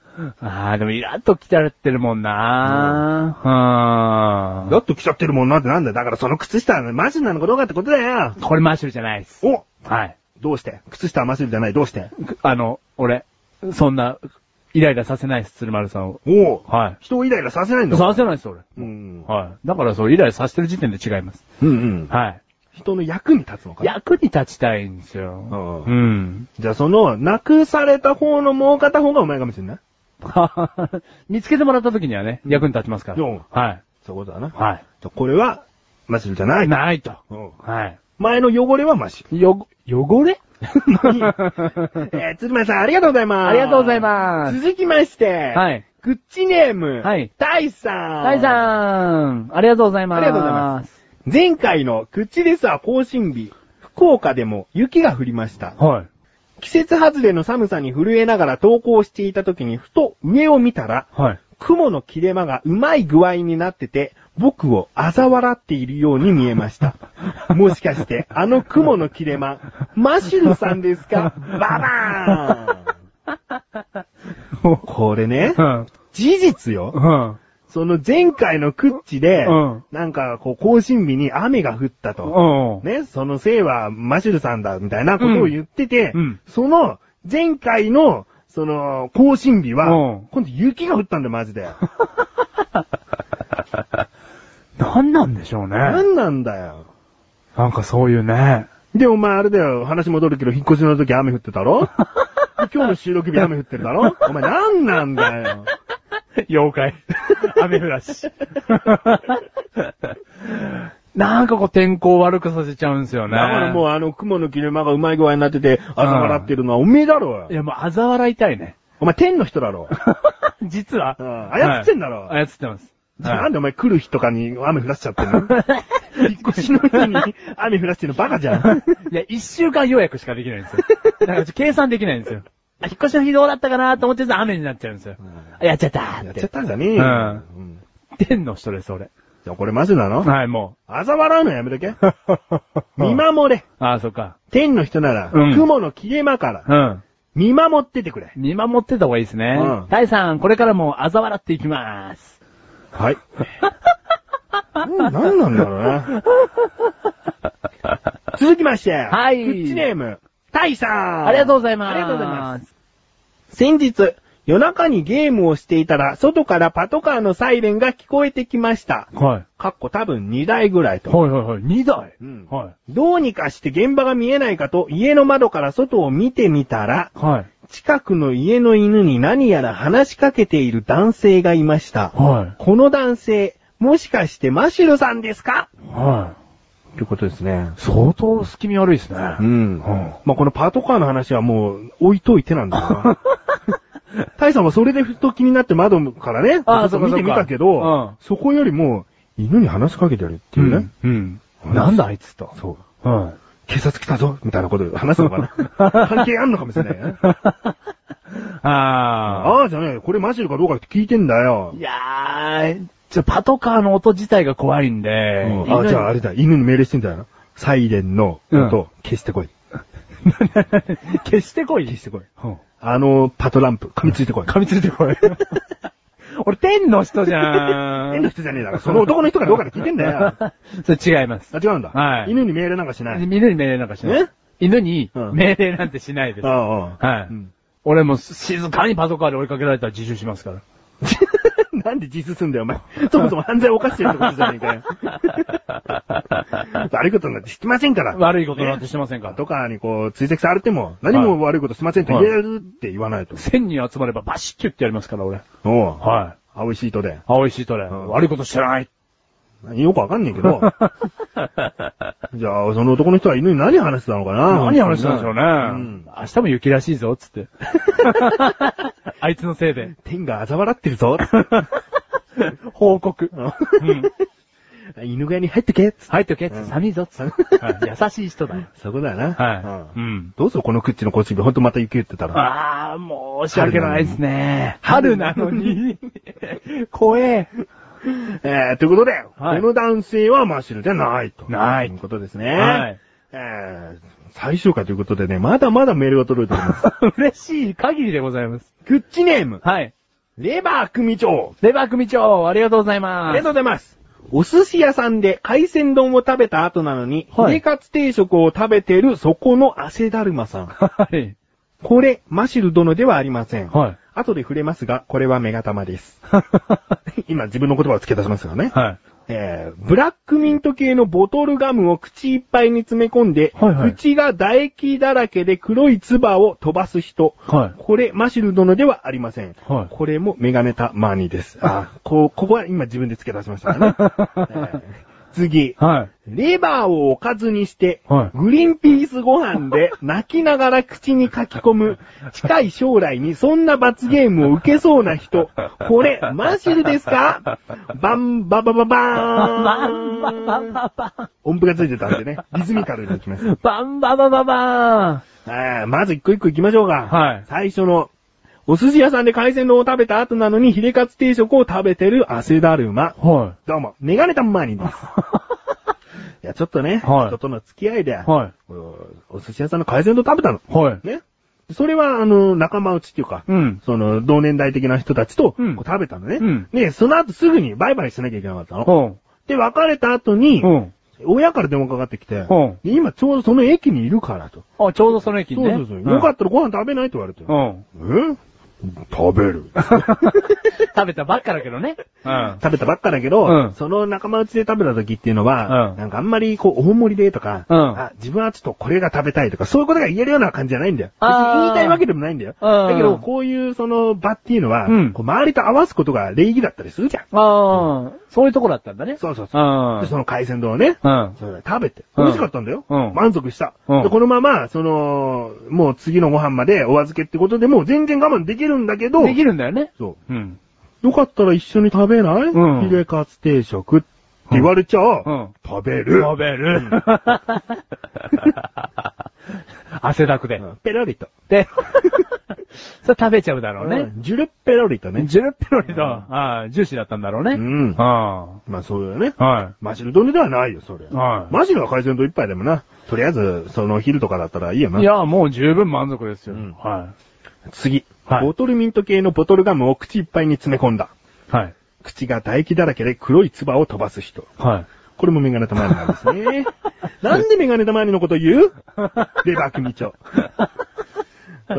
A: ー、でもイラッと来ちゃってるもんなー。う
B: だって着ちゃってるもんなってなんだよ。だからその靴下はマシルなのかどうかってことだよ。
A: ん。これマッシュルじゃないです。
B: お
A: はい。
B: どうして靴下はマシルじゃないどうして
A: あの、俺、そんな、イライラさせないです、鶴丸さんを。
B: おう
A: は
B: 人をイライラさせないん
A: い。
B: だ。
A: させないです、俺。
B: うん。
A: はい。だからそう、イライラさせてる時点で違います。
B: うんうん。
A: はい。
B: 人の役に立つのかな
A: 役に立ちたいんですよ。う
B: う
A: んん。
B: じゃあその、なくされた方のもう片方がお前かもしれない。
A: 見つけてもらった時にはね、役に立ちますから。
B: うん
A: はい。
B: そういうことだな。
A: は。
B: じゃあこれは、マシルじゃないい。
A: ないと。
B: うん
A: はい。
B: 前の汚れは マシル。
A: よ、汚 れ
B: えー、鶴丸さんありがとうございます。
A: ありがとうございます。
B: 続きまして、い。
A: はい。
B: グッチネーム、
A: はい
B: タイさん。
A: 大さん、ありがとうございます。。
B: ありがとうございますん。前回のグッチレスは更新日、福岡でも雪が降りました。
A: はい。
B: 季節外れの寒さに震えながら投稿していた時にふと上を見たら、
A: はい。
B: 雲の切れ間がうまい具合になってて、僕を嘲笑っているように見え ました。もしかして、あの雲の切れ間、マシュルさんですかババ ーンこれね
A: う、ん。
B: 事実よ。
A: うん。
B: その前回のクッチで
A: うん、
B: なんかこう、更新日に雨が降ったと。
A: うん。
B: ね、そのせいはマシュルさんだ、みたいなことを言ってて、
A: うんうん
B: その前回の、その、更新日は、
A: うん
B: 今度雪が降ったんだよ、マ ジで。
A: なんなんでしょうね。
B: なんなんだよ。
A: なんかそういうね。
B: で、お前あれだよ、話戻るけど、引っ越しの時雨降って たろ今日の収録日雨降ってるだろお前なんなんだ よ。
A: 妖怪。 雨降らし。 なんかこう天候悪くさせちゃうんですよ
B: だ
A: ね。
B: からもうあの雲の切れ間がうまい具合になってて、あざ笑ってるのはおめえだろ
A: い。やもう嘲笑いたいね。
B: お前天の人だろ。
A: 実は。
B: うん操ってんだろ
A: はい操ってます。
B: なんでお前来る日とかに雨降らしちゃってんの 引っ越しの日に雨降らしてるのバカじゃん。
A: いや、一週間予約しかできないんです よ。だから計算できないんですよ。あ引っ越しの日どうだったかなと思ってたら雨になっちゃうんですよ。あやっちゃったー
B: や
A: っ。
B: っちゃってたんじゃねえ
A: う
B: よ。
A: ん
B: うん
A: 天の人です、俺。
B: じゃあこれマジなの
A: はい、も
B: あざ笑うのやめ とけ。
A: う。
B: 見守れ。
A: ああ、そっか。
B: 天の人なら、
A: うん
B: 雲の切れ間か
A: う
B: ら
A: ん。
B: 見守っててくれ。
A: 見守ってた方がいいですね
B: うん。
A: タイさん、これからも嘲笑っていきます。
B: はい。なんなんなんだろう な。続きまして。
A: はい
B: グッチネーム、タイさん。
A: ありがとうございます。
B: ありがとうございます。
A: す。
B: 先日、夜中にゲームをしていたら、外からパトカーのサイレンが聞こえてきました。
A: はい。
B: かっこ多分2台ぐらいと。
A: はいはいはい。二台。
B: うん
A: は
B: どうにかして現場が見えないかと家の窓から外を見てみたら、
A: い。はい。
B: 近くの家の犬に何やら話しかけている男性がいました。
A: は
B: この男性、もしかしてマシュルさんですか
A: い。はい。
B: ということですね。
A: 相当隙味悪いですね。
B: うん。まあ、このパトカーの話はもう置いといてなんだ よな。タイさんはそれでふと気になって窓からね、
A: ああ
B: ちょっと見てみ
A: そうかそうか
B: たけど、
A: うん
B: そこよりも犬に話しかけてるって
A: う
B: いうね。
A: ん。うん。なんだあいつと。
B: そう。
A: うん。
B: 警察来たぞみたいなこと話すのか な関係あんのかもしれないね。
A: あ
B: ああじゃねえよこれマジルかどうかって聞いてんだよ
A: ー。い。やー、ちょ、パトカーの音自体が怖いんで、
B: うんあ、じゃああれだ、犬に命令してんだよ。サイレンの
A: う
B: 音、
A: ん
B: 消してこい。
A: あ、 消してこい。消してこい。
B: あの、パトランプ、噛みついてこい。
A: 噛みついてこい。 俺、天の人じ ゃ。
B: 変なん人じゃねえだろ。その男の人がどうかで聞い てんだよ。あ、
A: それ違います。
B: 違うんだ。
A: はい
B: 犬に命令なんかしない。
A: 犬に命令なんかしない
B: え。
A: 犬に
B: うん
A: 命令なんてしないです。
B: ああ、ああ
A: はい
B: うん
A: 俺も静かにパトカーで追いかけられたら自首しますから。
B: なんで実すんだ よ、お前。そもそも犯罪を犯してるってことじゃねえかよ。悪いことなんてしてませんから。
A: 悪いことなんてしてませんから。
B: とかにこう、追跡されても、何も悪いことしませんと言えるって言わないと。
A: 千人集まればバシッキュってやりますから、俺。
B: おう
A: はい。
B: 青いシートで。
A: 青いシートで。
B: ん
A: 悪いことして ない。
B: よくわかんねえけ ど。じゃあ、その男の人は犬に何話してたのかな
A: 何話したんでし ょうね。
B: うん
A: 明日も雪らしいぞ、つ って。あいつのせいで。
B: 天が嘲笑ってるぞ。
A: 報告。うん
B: 犬小屋に入ってけっつって
A: 入っておけ、
B: うん
A: 寒いぞ、つってはい優しい人だよ。
B: そこだよな。
A: はい。う
B: う
A: んん。
B: どうするこのクッチの小唇、ほんとまた雪降ってたら。
A: ああ、申し訳ないですね。春なのに。怖え。
B: えー、ということで、
A: はい
B: この男性はマッシュルじゃないと。
A: ない
B: ということですね。
A: はい。
B: えー、最終回ということでね、まだまだメールが届いております。
A: 嬉しい限りでございます。
B: クッチネーム、
A: はい。
B: レバー組長。
A: レバー組長、ありがとうございます。
B: ありがとうございます。お寿司屋さんで海鮮丼を食べた後なのに、
A: はい
B: ヒレカツ定食を食べてるそこの汗だるまさん。
A: はい。
B: これ、マシル殿ではありません。
A: はい。
B: 後で触れますが、これはメガ玉です。 今自分の言葉を付け出しますがね。
A: はい。
B: えー、ブラックミント系のボトルガムを口いっぱいに詰め込んで、
A: はいはい
B: 口が唾液だらけで黒い唾を飛ばす人。
A: はい
B: これ、マシル殿ではありません。
A: はい
B: これもメガネタマーニーです。あー、こう、ここは今自分で付け出しましたね。えー次。
A: はい。
B: レバーをおかずにして、
A: はい
B: グリーンピースご飯で泣きながら口に書き込む、近い将来にそんな罰ゲームを受けそうな人、これ、マシルですかバンババババーン
A: バンババババン。
B: 音符がついてたんでね、リズミカルにいきます。
A: バンババババン。
B: あーまず一個一個行きましょうか。
A: はい
B: 最初の、お寿司屋さんで海鮮丼を食べた後なのにヒレカツ定食を食べてる汗だるま。
A: は
B: どうも、メガネたんまーにです。いや、ちょっとね、
A: はい
B: 人との付き合いで、
A: は
B: うんお寿司屋さんの海鮮丼食べたの。
A: い。はい。
B: ね。それは、あの、仲間内っていうか、
A: うん
B: その、同年代的な人たちと、こ
A: うん
B: う食べたのね。
A: うん
B: で、その後すぐにバイバイしなきゃいけなかったの。
A: うん。
B: で、別れた後に、
A: うん。
B: 親から電話かかってきて、
A: うん
B: で今ちょうどその駅にいるからと。
A: あ、ちょうどその駅
B: そ
A: に
B: う
A: ね。
B: そうそう。よかったらご飯食べないと言われて。
A: うん。
B: え食べる。
A: 食べたばっかだけどね。うん。
B: 食べたばっかだけど、
A: うん
B: その仲間内で食べた時っていうのは、
A: うん
B: なんかあんまりこう大盛りでとか、
A: うん
B: あ、自分はちょっとこれが食べたいとか、そういうことが言えるような感じじゃないんだよ。別
A: あー
B: に言いたいわけでもないんだよ。
A: うん
B: だけど、こういうその場っていうのは、
A: うん
B: こう周りと合わすことが礼儀だったりするじゃん。
A: ああ、そういうとこだったんだね。
B: そうそうそう。
A: あ
B: で、その海鮮丼をね、
A: あ。うん。
B: それ食べて、
A: うん
B: 美味しかったんだよ。
A: うん
B: 満足した、
A: うん
B: で。このまま、その、もう次のご飯までお預けってことでもう全然我慢できるんだけど、
A: できるんだよね。
B: そう。
A: うん。
B: よかったら一緒に食べない、
A: うん
B: ヒレカツ定食って言われちゃう、
A: うん
B: 食べる。
A: 食べる。汗だくで。
B: ペロリと。
A: で、 それ食べちゃうだろうね。
B: ジュルペロリとね。
A: ジュルペロリと、ああ、ジューシーだったんだろうね。
B: うん
A: あ
B: まあそうだよね
A: あ。。は
B: マシル丼ではないよ、それ。
A: はい
B: マシルは海鮮丼一杯でもな。とりあえず、その昼とかだったらいいよ
A: い。。
B: ない
A: や、もう十分満足ですよ。
B: うん
A: は
B: 次、
A: はい
B: ボトルミント系のボトルガムを口いっぱいに詰め込んだ。
A: い。はい。
B: 口が唾液だらけで黒い唾を飛ばす人。
A: はい。
B: これもメガネたまりなんですね。 なんでメガネたまりのこと 言うレバー組長。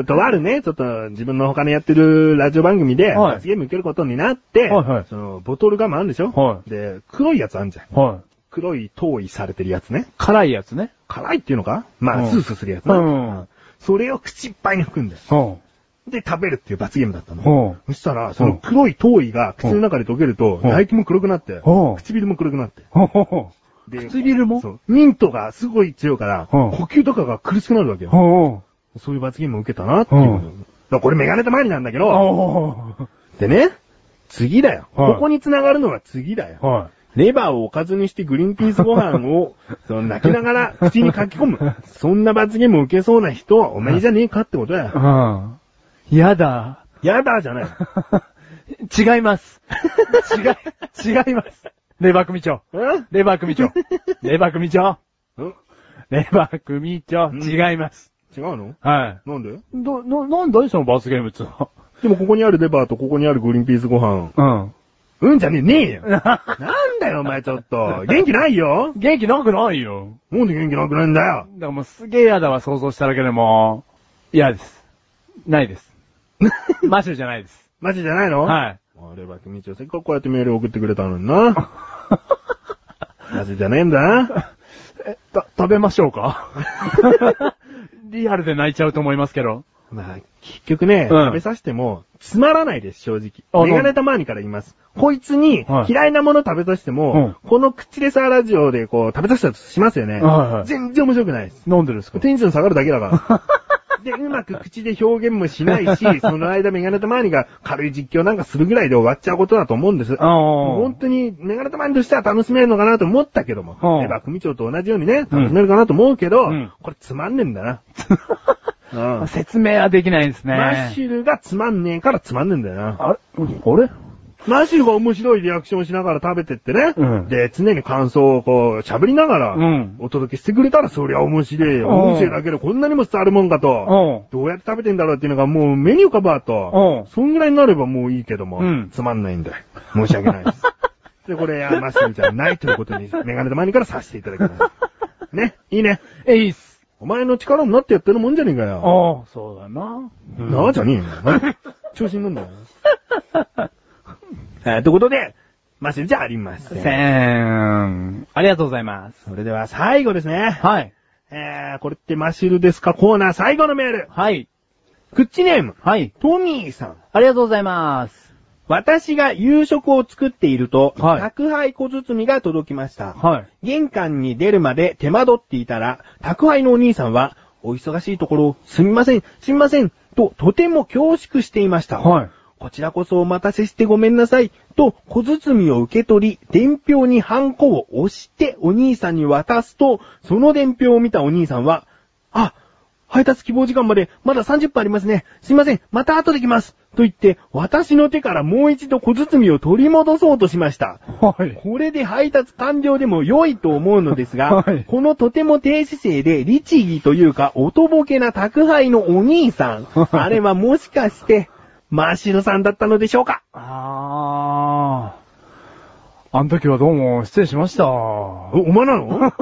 B: とあるね、ちょっと自分の他のやってるラジオ番組で、
A: はい
B: 罰ゲーム受けることになって、
A: はいはい
B: そのボトルガムあるでしょ、
A: はい
B: で、黒いやつあんじゃん。
A: はい。
B: 黒い投位されてるやつね。
A: 辛いやつね。
B: 辛いっていうのかまあ、
A: うん
B: スースーするやつ
A: う
B: な、
A: ん。
B: それを口いっぱいに含んで。
A: うん。
B: で、食べるっていう罰ゲームだったの。
A: うん
B: そしたら、その黒い投位が口の中で溶けると、唾液も黒くなって
A: うん、
B: 唇も黒くなって。
A: ほほほ。
B: で
A: 唇も
B: そう。ミントがすごい強いから、
A: うん
B: 呼吸とかが苦しくなるわけよ。
A: ほ
B: そういう罰ゲームを受けたなっていう。
A: うん
B: だからこれメガネたまりなんだけ
A: う
B: ど、
A: ほ
B: でね、次だよ。
A: はい
B: ここに繋がるのが次だよ。
A: は
B: レバーをおかずにしてグリーンピースご 飯を、その泣きながら口に書き込む。そんな罰ゲームを受けそうな人はお前じゃねえかってことだ
A: い。う
B: よ。
A: ん。やだ。
B: やだじゃない。
A: 違います。違い、違います。レバー組長。
B: ん
A: レバー組長。レバー組長。
B: ん
A: レバー組長。
B: ん
A: 違います。
B: 違うの
A: は
B: なんで
A: い。ど、な、なんだいその罰ゲームっつうの。
B: でもここにあるレバーとここにあるグリーンピースご飯。
A: うん。
B: うんじゃねえ、ねえよなんだよお前ちょっと。元気ないよ
A: 元気なくないよ。
B: なんで元気なくないんだ よ
A: だからもうすげえ嫌だわ、想像しただけでもう。嫌です。ないです。マシュルじゃないです。
B: マジじゃないの い。
A: はい。
B: あれは君ちゃせっかくこうやってメール送ってくれたのにな。マジじゃねえんだな。
A: え、た、食べましょうかリアルで泣い ちゃうと思いますけど。
B: まあ、結局ね、
A: うん
B: 食べさせても、つまらないです、正
A: あ
B: 直。メガネたまにから言います。こいつに
A: はい、
B: 嫌いなもの食べさせても、この口でさ、ラジオでこう、食べさせたとしますよ
A: は
B: ね。
A: いはい
B: 全然面白くないです。
A: なんでですか
B: テンション下がるだけ だから。で、うまく口で表現もしないし、その間メガネたまにが軽い実況なんかするぐらいで終わっちゃうことだと思うん です。
A: ああ。
B: 本当に、メガネたまにとしては楽しめるのかなと思ったけども、
A: うん
B: エヴァ組長と同じようにね、楽しめるかなと思うけど、
A: うん
B: これつまんねえんだな。う
A: あ
B: ん
A: 説明はできないですね。
B: マッシュルがつまんねえからつまんねえんだよな。
A: あれあれ
B: マッシュルが面白いリアクションをしながら食べてってね、
A: うん
B: で、常に感想をこう、喋りながら、
A: うん
B: お届けしてくれたらそりゃ面白いよ。
A: うん
B: 音声だけでこんなにも伝わるもんかと。
A: う
B: どうやって食べてんだろうっていうのがもう目に浮かぶわと。
A: うん
B: そんぐらいになればもういいけども、
A: うん
B: つまんないんだよ。申し訳ないです。で、これ、あマッシュルじゃないということに、メガネ玉にからさせていただきます。ね、いいね。
A: ん。えいっす。
B: お前の力になってやってるもんじゃねえかよ。
A: ああ、そうだな。
B: なあじゃねえよ。調子に乗んだよ。えー、ということで、マシルじゃありま せ
A: せ
B: ん。
A: ーん。ありがとうございます。
B: それでは最後ですね。
A: はい。
B: えー、これってマシルですかコーナー最後のメール。
A: はい。
B: クッチネーム、
A: はい。
B: トミーさん。
A: ありがとうございます。
B: 私が夕食を作っていると、
A: はい
B: 宅配小包が届きました。
A: はい。
B: 玄関に出るまで手間取っていたら、宅配のお兄さんは、お忙しいところ、すみません、すみません、と、とても恐縮していました。
A: はい。
B: こちらこそお待たせしてごめんなさい、と小包を受け取り、伝票にハンコを押してお兄さんに渡すと、その伝票を見たお兄さんは、あ、配達希望時間までまだ30分ありますね。すいません、また後で来ます。と言って、私の手からもう一度小包を取り戻そうとしました。
A: はい。
B: これで配達完了でも良いと思うのですが、
A: はい
B: このとても低姿勢で律儀というか、おとぼけな宅配のお兄さん。あれはもしかして、マシロさんだったのでしょうか
A: ああ。あの時はどうも失礼しました。
B: お、お前なの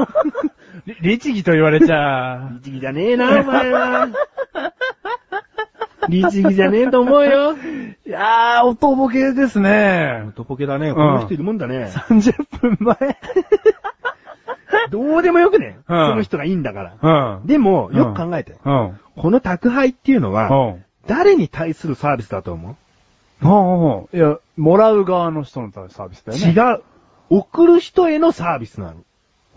A: り律儀と言われちゃ
B: 律儀じゃねえな、お前は。律儀じゃねえと思うよ。
A: いやー、おとぼけですね。
B: とぼけだね。
A: ん
B: この人いるもんだね。
A: 30分前。
B: どうでもよくね。
A: う
B: こ
A: ん
B: の人がいいんだから。
A: うん。
B: でも、よく考えて。
A: うん。うん。
B: この宅配っていうのは、
A: うん。
B: 誰に対するサービスだと思う
A: ああ、いや、もらう側の人のサービスだよね。
B: 違う。送る人へのサービスなの。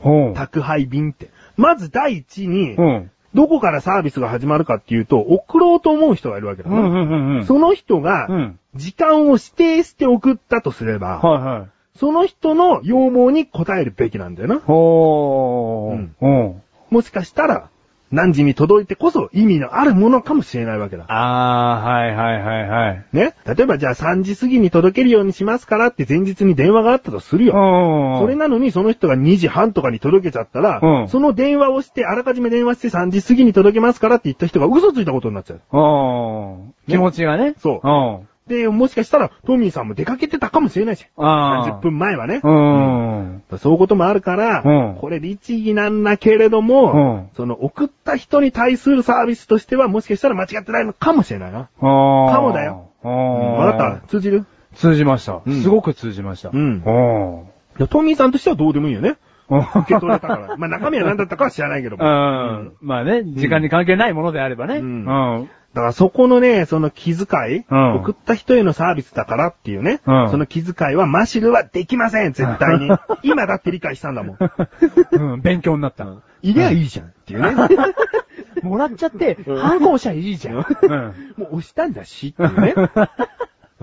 A: うん。
B: 宅配便って。まず第一に
A: う、ん。
B: どこからサービスが始まるかっていうと、送ろうと思う人がいるわけだ
A: う
B: ね、
A: んうんうんうん。
B: その人
A: う
B: が、
A: ん。
B: 時間を指定して送ったとすれば、
A: はいはい。
B: その人の要望に応えるべきなんだよな。
A: ほー。
B: うん
A: うん。
B: もしかしたら、何時に届いてこそ意味のあるものかもしれないわけだ。
A: あー、はいはいはいはい。
B: ね例えばじゃあ3時過ぎに届けるようにしますからって前日に電話があったとするよ。
A: うん。
B: それなのにその人が2時半とかに届けちゃったら、
A: うん
B: その電話をして、あらかじめ電話して3時過ぎに届けますからって言った人が嘘ついたことになっちゃう。
A: うん。気持ちがね。
B: そう
A: うん。
B: で、もしかしたら、トミーさんも出かけてたかもしれないし。
A: あー。
B: 30分前はね。
A: うん。
B: そういうこともあるから、
A: うん
B: これ律儀なんだけれども、
A: うん
B: その送った人に対するサービスとしてはもしかしたら間違ってないのかもしれないな。
A: あー。
B: かもだよ。
A: う。
B: うんん、あなた、通じる
A: た通じました。
B: うん
A: すごく通じました。
B: うん
A: うん。
B: いやトミーさんとしてはどうでもいいよね。
A: うん。
B: 受け取れた から。まあ中身は何だったかは知らないけども。
A: うん。まあね、時間に関係ないものであればね。
B: うん
A: うん。
B: だからそこのね、その気遣い、
A: うん
B: 送った人へのサービスだからっていうね、
A: うん
B: その気遣いはマシルはでき ません、絶対に。今だって理解したんだもん。
A: うん、勉強になった。
B: いりゃいいじゃんっ ていうね。
A: もらっちゃって、反抗者いいじゃん。うん。
B: もう押したんだしっ ていうね。う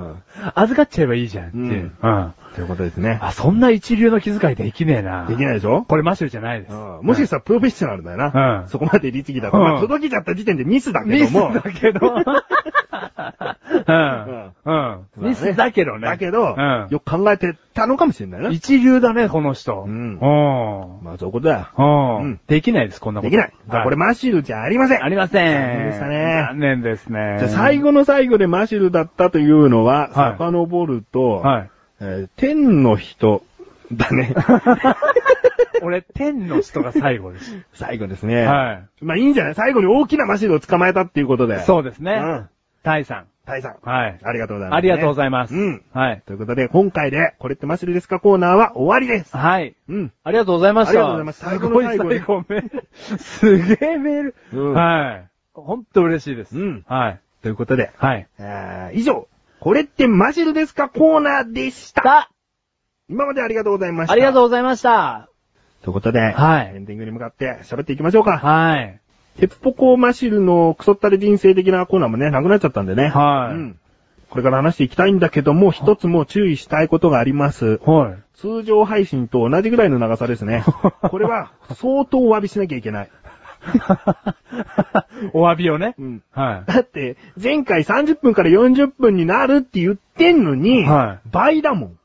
B: ん。
A: 預かっちゃえばいいじゃんっていううんうん。
B: ということですね。
A: あ、そんな一流の気遣いできねえな。
B: できないでしょ
A: これマシュルじゃないです。
B: うんもしかしたらプロフェッショナルだよな。
A: うん
B: そこまで律儀だから。
A: うん
B: まあ、届けちゃった時点でミスだけ
A: ミ
B: ど
A: ス
B: も、
A: だけど。うん。うん。ミスだけどね。
B: だけど、
A: うん。
B: よく考えてたのかもしれないな。
A: 一流だね、この人。
B: うん
A: うん。
B: まあ、そういうことだよ。
A: うん。
B: うん
A: できないです、こんなこと。
B: できない。
A: は
B: これマシルじゃありません。
A: ありませ
B: 残念
A: ん。
B: でしたね
A: 残念ですね。
B: じゃあ最
A: 後。
B: 後の最後でマシルだったというのは、
A: はい
B: 遡ると、
A: はい。
B: えー天の人だね。
A: 俺、天の人が最後 です。
B: 最後ですね。
A: は
B: まあいいんじゃない最後に大きなマシルを捕まえたっていうことで。
A: そうですね。
B: うん。
A: タイさん。
B: 大さん。
A: はい。
B: ありがとうございます、
A: ありがとうございます。
B: うん。
A: はい。
B: ということで、今回で、これってマシルですかコーナーは終わりです。
A: はい。
B: うん。
A: ありがとうございました。
B: ありがとうございます
A: すごい最
B: 最後
A: 後
B: の
A: メ
B: 最後
A: ール。すげえメール。
B: うん
A: はい。ほんと嬉しいです。
B: うん
A: はい。
B: ということで、
A: はい。
B: えー以上、これってマシルですかコーナーでした。
A: だ
B: 今までありがとうございました。
A: ありがとうございました。
B: ということで、
A: はい
B: エンディングに向かって喋っていきましょうか。
A: はい。
B: ヘッポコマシルのクソったれ人生的なコーナーもね、なくなっちゃったんでね。
A: はい
B: うん。これから話していきたいんだけども、一つもう注意したいことがあります。
A: はい。
B: 通常配信と同じぐらいの長さです ね。これは相当お詫びしなきゃいけない。
A: お詫びをね
B: う。ん。
A: はい。
B: だって、前回30分から40分になるって言ってんのに、
A: は
B: 倍だ もん。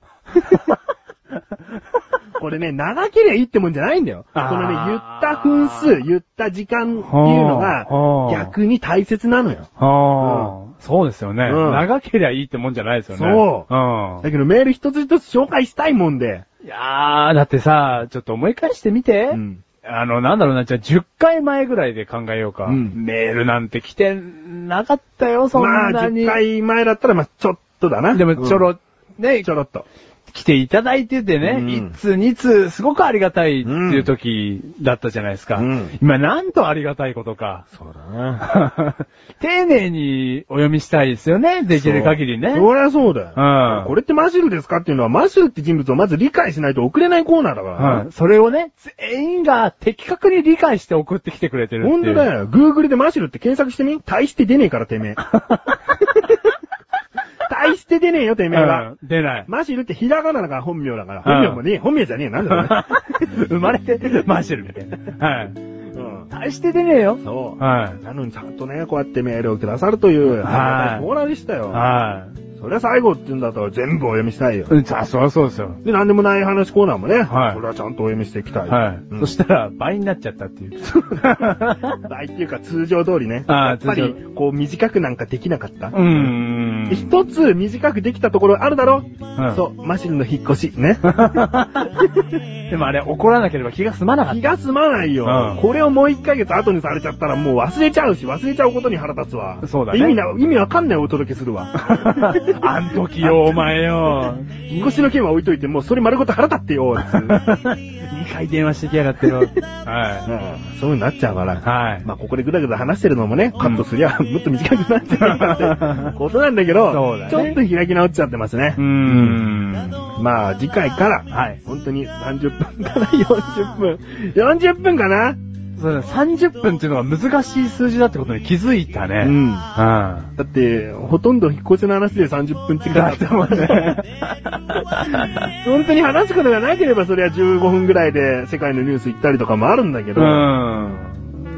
B: これね、長ければいいってもんじゃないんだよ。こ
A: あー
B: のね、言った分数、言った時間っていうのが
A: ほうほ、う
B: 逆に大切なのよ。
A: ああ、そうですよね、
B: うん
A: 長けりゃいいってもんじゃないですよね。
B: そう
A: うん。
B: だけどメール一つ一つ紹介したいもんで。
A: いやー、だってさ、ちょっと思い返してみて。
B: ん
A: あの、なんだろうな、じゃあ10回前ぐらいで考えようか。
B: うん
A: メールなんて来てなかったよ、そ
B: まあ、
A: んなに。
B: 10回前だったら、まあ、ちょっとだな。
A: でもちょ
B: う
A: ろ
B: ん、
A: ね、
B: ちょろっと。
A: 来ていただいててね、
B: うん
A: 1通、2通、すごくありがたいっていう時だったじゃないですか。
B: うん
A: 今、なんとありがたいことか。
B: そうだな。
A: 丁寧にお読みしたいですよね、できる限りね。
B: そりゃそうだよ。
A: うん
B: これってマシュルですかっていうのは、マシュルって人物をまず理解しないと送れないコーナーだからな。
A: うん。それをね、全員が的確に理解して送ってきてくれてるっていう。
B: ほんとだよ。Google でマシュルって検索してみ大して出ねえから、てめ え。大して出ねえよ、てめえ
A: う
B: は。
A: ん。出ない。
B: マシュルってひらがなだから本名だから。本名もねえ、本名じゃねえよ、なんだろうね
A: 生まれてマシュルみたいな。はい。
B: うん。
A: 大して出ねえよ。
B: そう。
A: は
B: なのにちゃんとね、こうやってメールをくださるとい
A: は
B: う、
A: い
B: ありがたいコーナーでした
A: い。
B: よ。
A: はい。
B: そりゃ最後って言うんだったら全部お読みしたいよ。
A: うん、さそりゃそうですよ。
B: で、なんでもない話コーナーもね、
A: はい
B: それはちゃんとお読みしていきたい。
A: はい。
B: うん
A: そしたら、倍になっちゃったって いう。
B: 倍っていうか通常通りね。
A: あー
B: やっぱ
A: 通
B: り、こう短くなんかできなかった。
A: うーん。
B: 一つ短くできたところあるだろ、
A: ん
B: そう、マシルの引っ越し。ね。
A: でもあれ、怒らなければ気が済まなかっ
B: 気が済まないよ、
A: うん
B: これをもう一ヶ月後にされちゃったらもう忘れちゃうし、忘れちゃうことに腹立つわ。
A: そうだね
B: 意味な、意味わかんないお届けするわ。
A: た。 あん時よ、お前 よ。
B: 引っ越しの件は置いといて、もうそれ丸ごと腹立ってよ。つう
A: 2回電話してきやがってよ。は
B: うんそういうになっちゃうか
A: い。
B: ら。
A: はい。
B: まあ、ここでぐだぐだ話してるのもね、カットすりゃ、もっと短くなっちゃうか ってことなんだけど、
A: そうだね
B: ちょっと開き直っちゃってますね
A: うー。ん。
B: まあ、次回から、
A: はい。
B: 本当に30分から40分。40分かな
A: そうだね、30分っていうのが難しい数字だってことに気づいたね。
B: うん。
A: は
B: だって、ほとんど引っ越しの話で30分近かったもんね。 本当に話すことがなければそれは15分ぐらいで世界のニュース行ったりとかもあるんだけ
A: う
B: ど、
A: ん。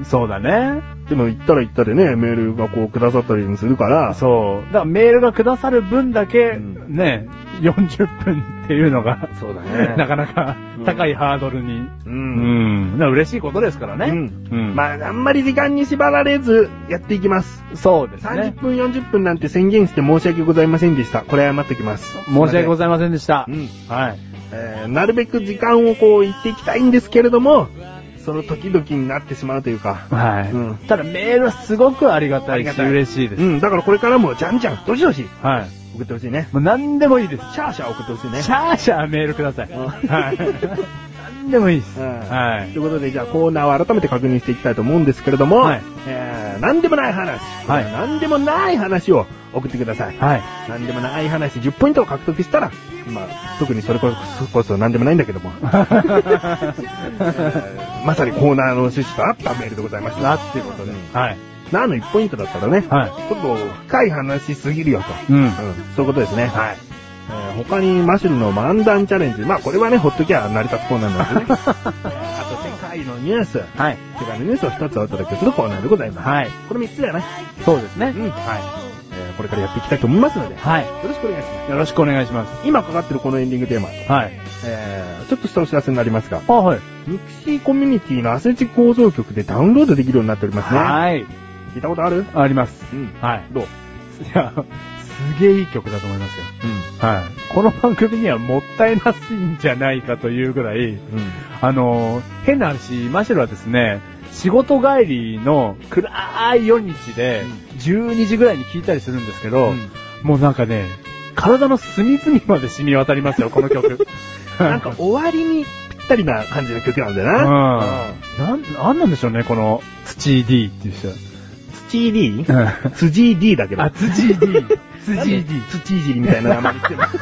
A: そうだね。
B: でも行ったら行ったでね、メールがこうくださったりもするから、
A: そう。だからメールがくださる分だけ、
B: うん
A: ね、40分っていうのが、
B: そうだ
A: なかなか
B: うん
A: 高いハードルに。
B: う。
A: うんん。だから嬉しいことですからね。
B: うん
A: うん
B: まあ、あんまり時間に縛られずやっていきます。
A: そうですね
B: 30。分、40分なんて宣言して申し訳ございませんでした。これ謝っておきます。
A: 申し訳ござ
B: ざい
A: いませんでした。
B: うん。
A: はい。
B: えーなるべく時間をこう言っていきたいんですけれども、その時々になってしまうというか、
A: はい。
B: うん
A: ただメールはすごくありがた
B: あ
A: い
B: りが
A: した
B: い
A: 嬉しいです。
B: うん、だからこれからもじゃんじゃん、どしどし
A: はい。
B: 送ってほしいね。
A: もう何でもいいです。
B: シャーシャー送ってほしいね。
A: シャーシャーメールください。
B: うん
A: はい。何でもいいです。
B: うん
A: は
B: と
A: い。
B: いうことで、じゃあコーナーを改めて確認していきたいと思うんですけれども、
A: はい
B: えー、なんでもない話、
A: はい
B: なんでもない話を送ってください。
A: はい。
B: なんでもない話、10ポイントを獲得したら、まあ、特にそれこそこそなんでもないんだけども、 えーまさにコーナーの趣旨と合ったメールでございました。なっていうことで。
A: はい。
B: なーの1ポイントだったらね、
A: は
B: ちょっと深い話すぎるよと。
A: い。うん。
B: うん、そういうことですね。
A: はい。
B: えー他にマシュルの漫談チャレンジ。まあこれはね、ほっときゃ成り立つコーナーなんでね。 あと世界のニュース。
A: はい。
B: 世界のニュースを一つお届けするコーナーでございます。
A: はい。
B: これ3つだよね。
A: そうですね。
B: う
A: は
B: んえーここれからやっていきたいと思いますので、よ
A: はい。
B: ろしくお願いします。
A: よろしくお願いします。
B: 今かかってるこのエンディングテーマ、
A: はい。
B: えー、ちょっとしたお知らせになりますが、
A: あ、はい。
B: ミクシーコミュニティのアスレチック構造曲でダウンロードできるようになっておりますね。
A: はい。
B: 聞いたことある
A: あります。
B: うん。
A: はい。
B: どう
A: いや、すげえいい曲だと思いますよ。はい。この番組にはもったいないんじゃないかというぐらい、
B: うん。うん。
A: あのー、変な話、マシュルはですね、仕事帰りの暗い夜道で、12時ぐらいに聞いたりするんですけど、もうなんかね、体の隅々まで染み渡りますよ、この 曲。
B: なんか終わりにぴったりな感じの曲なんだよ
A: うん。
B: な。うん。
A: なん、なんなんでしょうね、この、土 D っていう人。
B: 土 D?
A: あ、
B: 土 D だけど。
A: 土 D。
B: なん
A: 土
B: で
A: D。
B: 土いじりみたいな名前にしてます。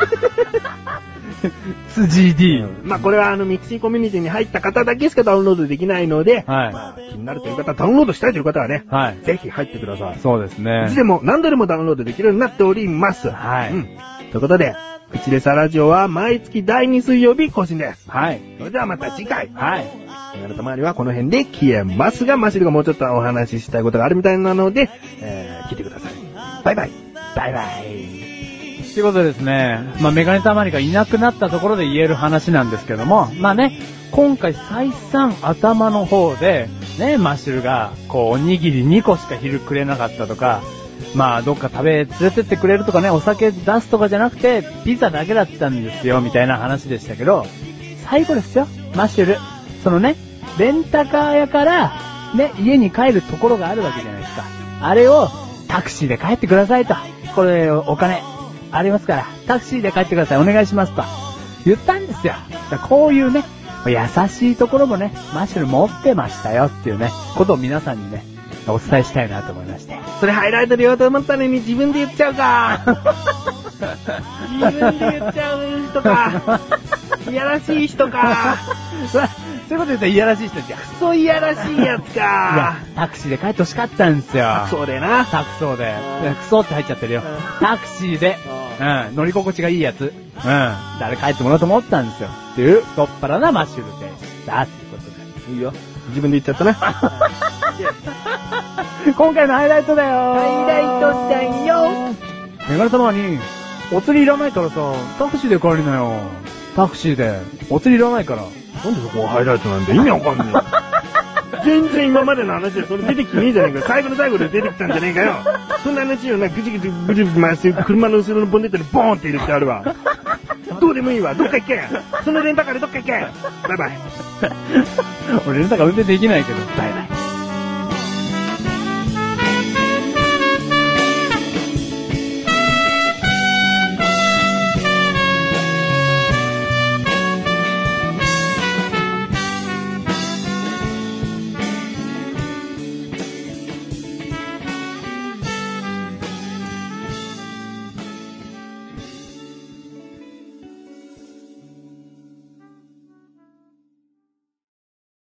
A: 土 D。
B: まあこれはあのミクシーコミュニティに入った方だけしかダウンロードできないので、
A: は
B: まあ気になるという方、ダウンロードしたいという方はね
A: い。、はい。
B: ぜひ入ってください。
A: そうです
B: いつ
A: ね
B: で。も何度でもダウンロードできるようになっております。
A: はい
B: うん。ということで、ピチレサラジオは毎月第2水曜日更新です。
A: はい。
B: それではまた次回。
A: はい。
B: あなた周りはこの辺で消えますが、マシルがもうちょっとお話ししたいことがあるみたいなので、えー、聞いてください。バイバイ。バイバイ。
A: ということでですね、まあ、メガネたまりがいなくなったところで言える話なんですけども、まあね、今回再三頭の方で、ね、マッシュルが、こう、おにぎり2個しか昼くれなかったとか、まあ、どっか食べ、連れてってくれるとかね、お酒出すとかじゃなくて、ピザだけだったんですよ、みたいな話でしたけど、最後ですよ、マッシュル。そのね、レンタカー屋から、ね、家に帰るところがあるわけじゃないですか。あれを、タクシーで帰ってくださいと。これ、お金、ありますから、タクシーで帰ってください、お願いしますと。言ったんですよ。だからこういうね、優しいところもね、マッシュル持ってましたよっていうね、ことを皆さんにね、お伝えしたいなと思いまして。
B: それハイライトで言おうと思ったのに自分で言っちゃう か。自分で言っちゃう人か。いやらしい人か。
A: そうそういうこと言ったらいやらしい人じゃん。い
B: クソいやらしいやつ
A: や
B: か。、
A: タクシーで帰ってほしかったんですよ。
B: そうだよな。
A: タクソーで。いやクソって入っちゃってるよ。タクシーで。うん。乗り心地がいいやつ。うん。誰帰ってもらおうと思ったんですよ。っていう、太っ腹なマッシュルでした。っていうことで。
B: いいよ。自分で言っちゃったな。ハ
A: 今回のハイライトだよ
B: イライトだよ。
A: メガネ様に、お釣りいらないからさ、タクシーで帰りなよ。タクシーで、お釣りいらないから。
B: なんでそこがハイライトなんだよ意味わかんねえ。全然今までの話でそれ出てきてねえじゃねえかよ。最後の最後で出てきたんじゃねえかよ。そんな話をな、ぐじぐじぐじぐじ回して、車の後ろのボンネットにボーンって入れてあるわ。どうでもいいわ。どっか行け。そのレンタカーでどっか行け。バイバイ。
A: 俺レンタカー運転できないけど。バイバイ。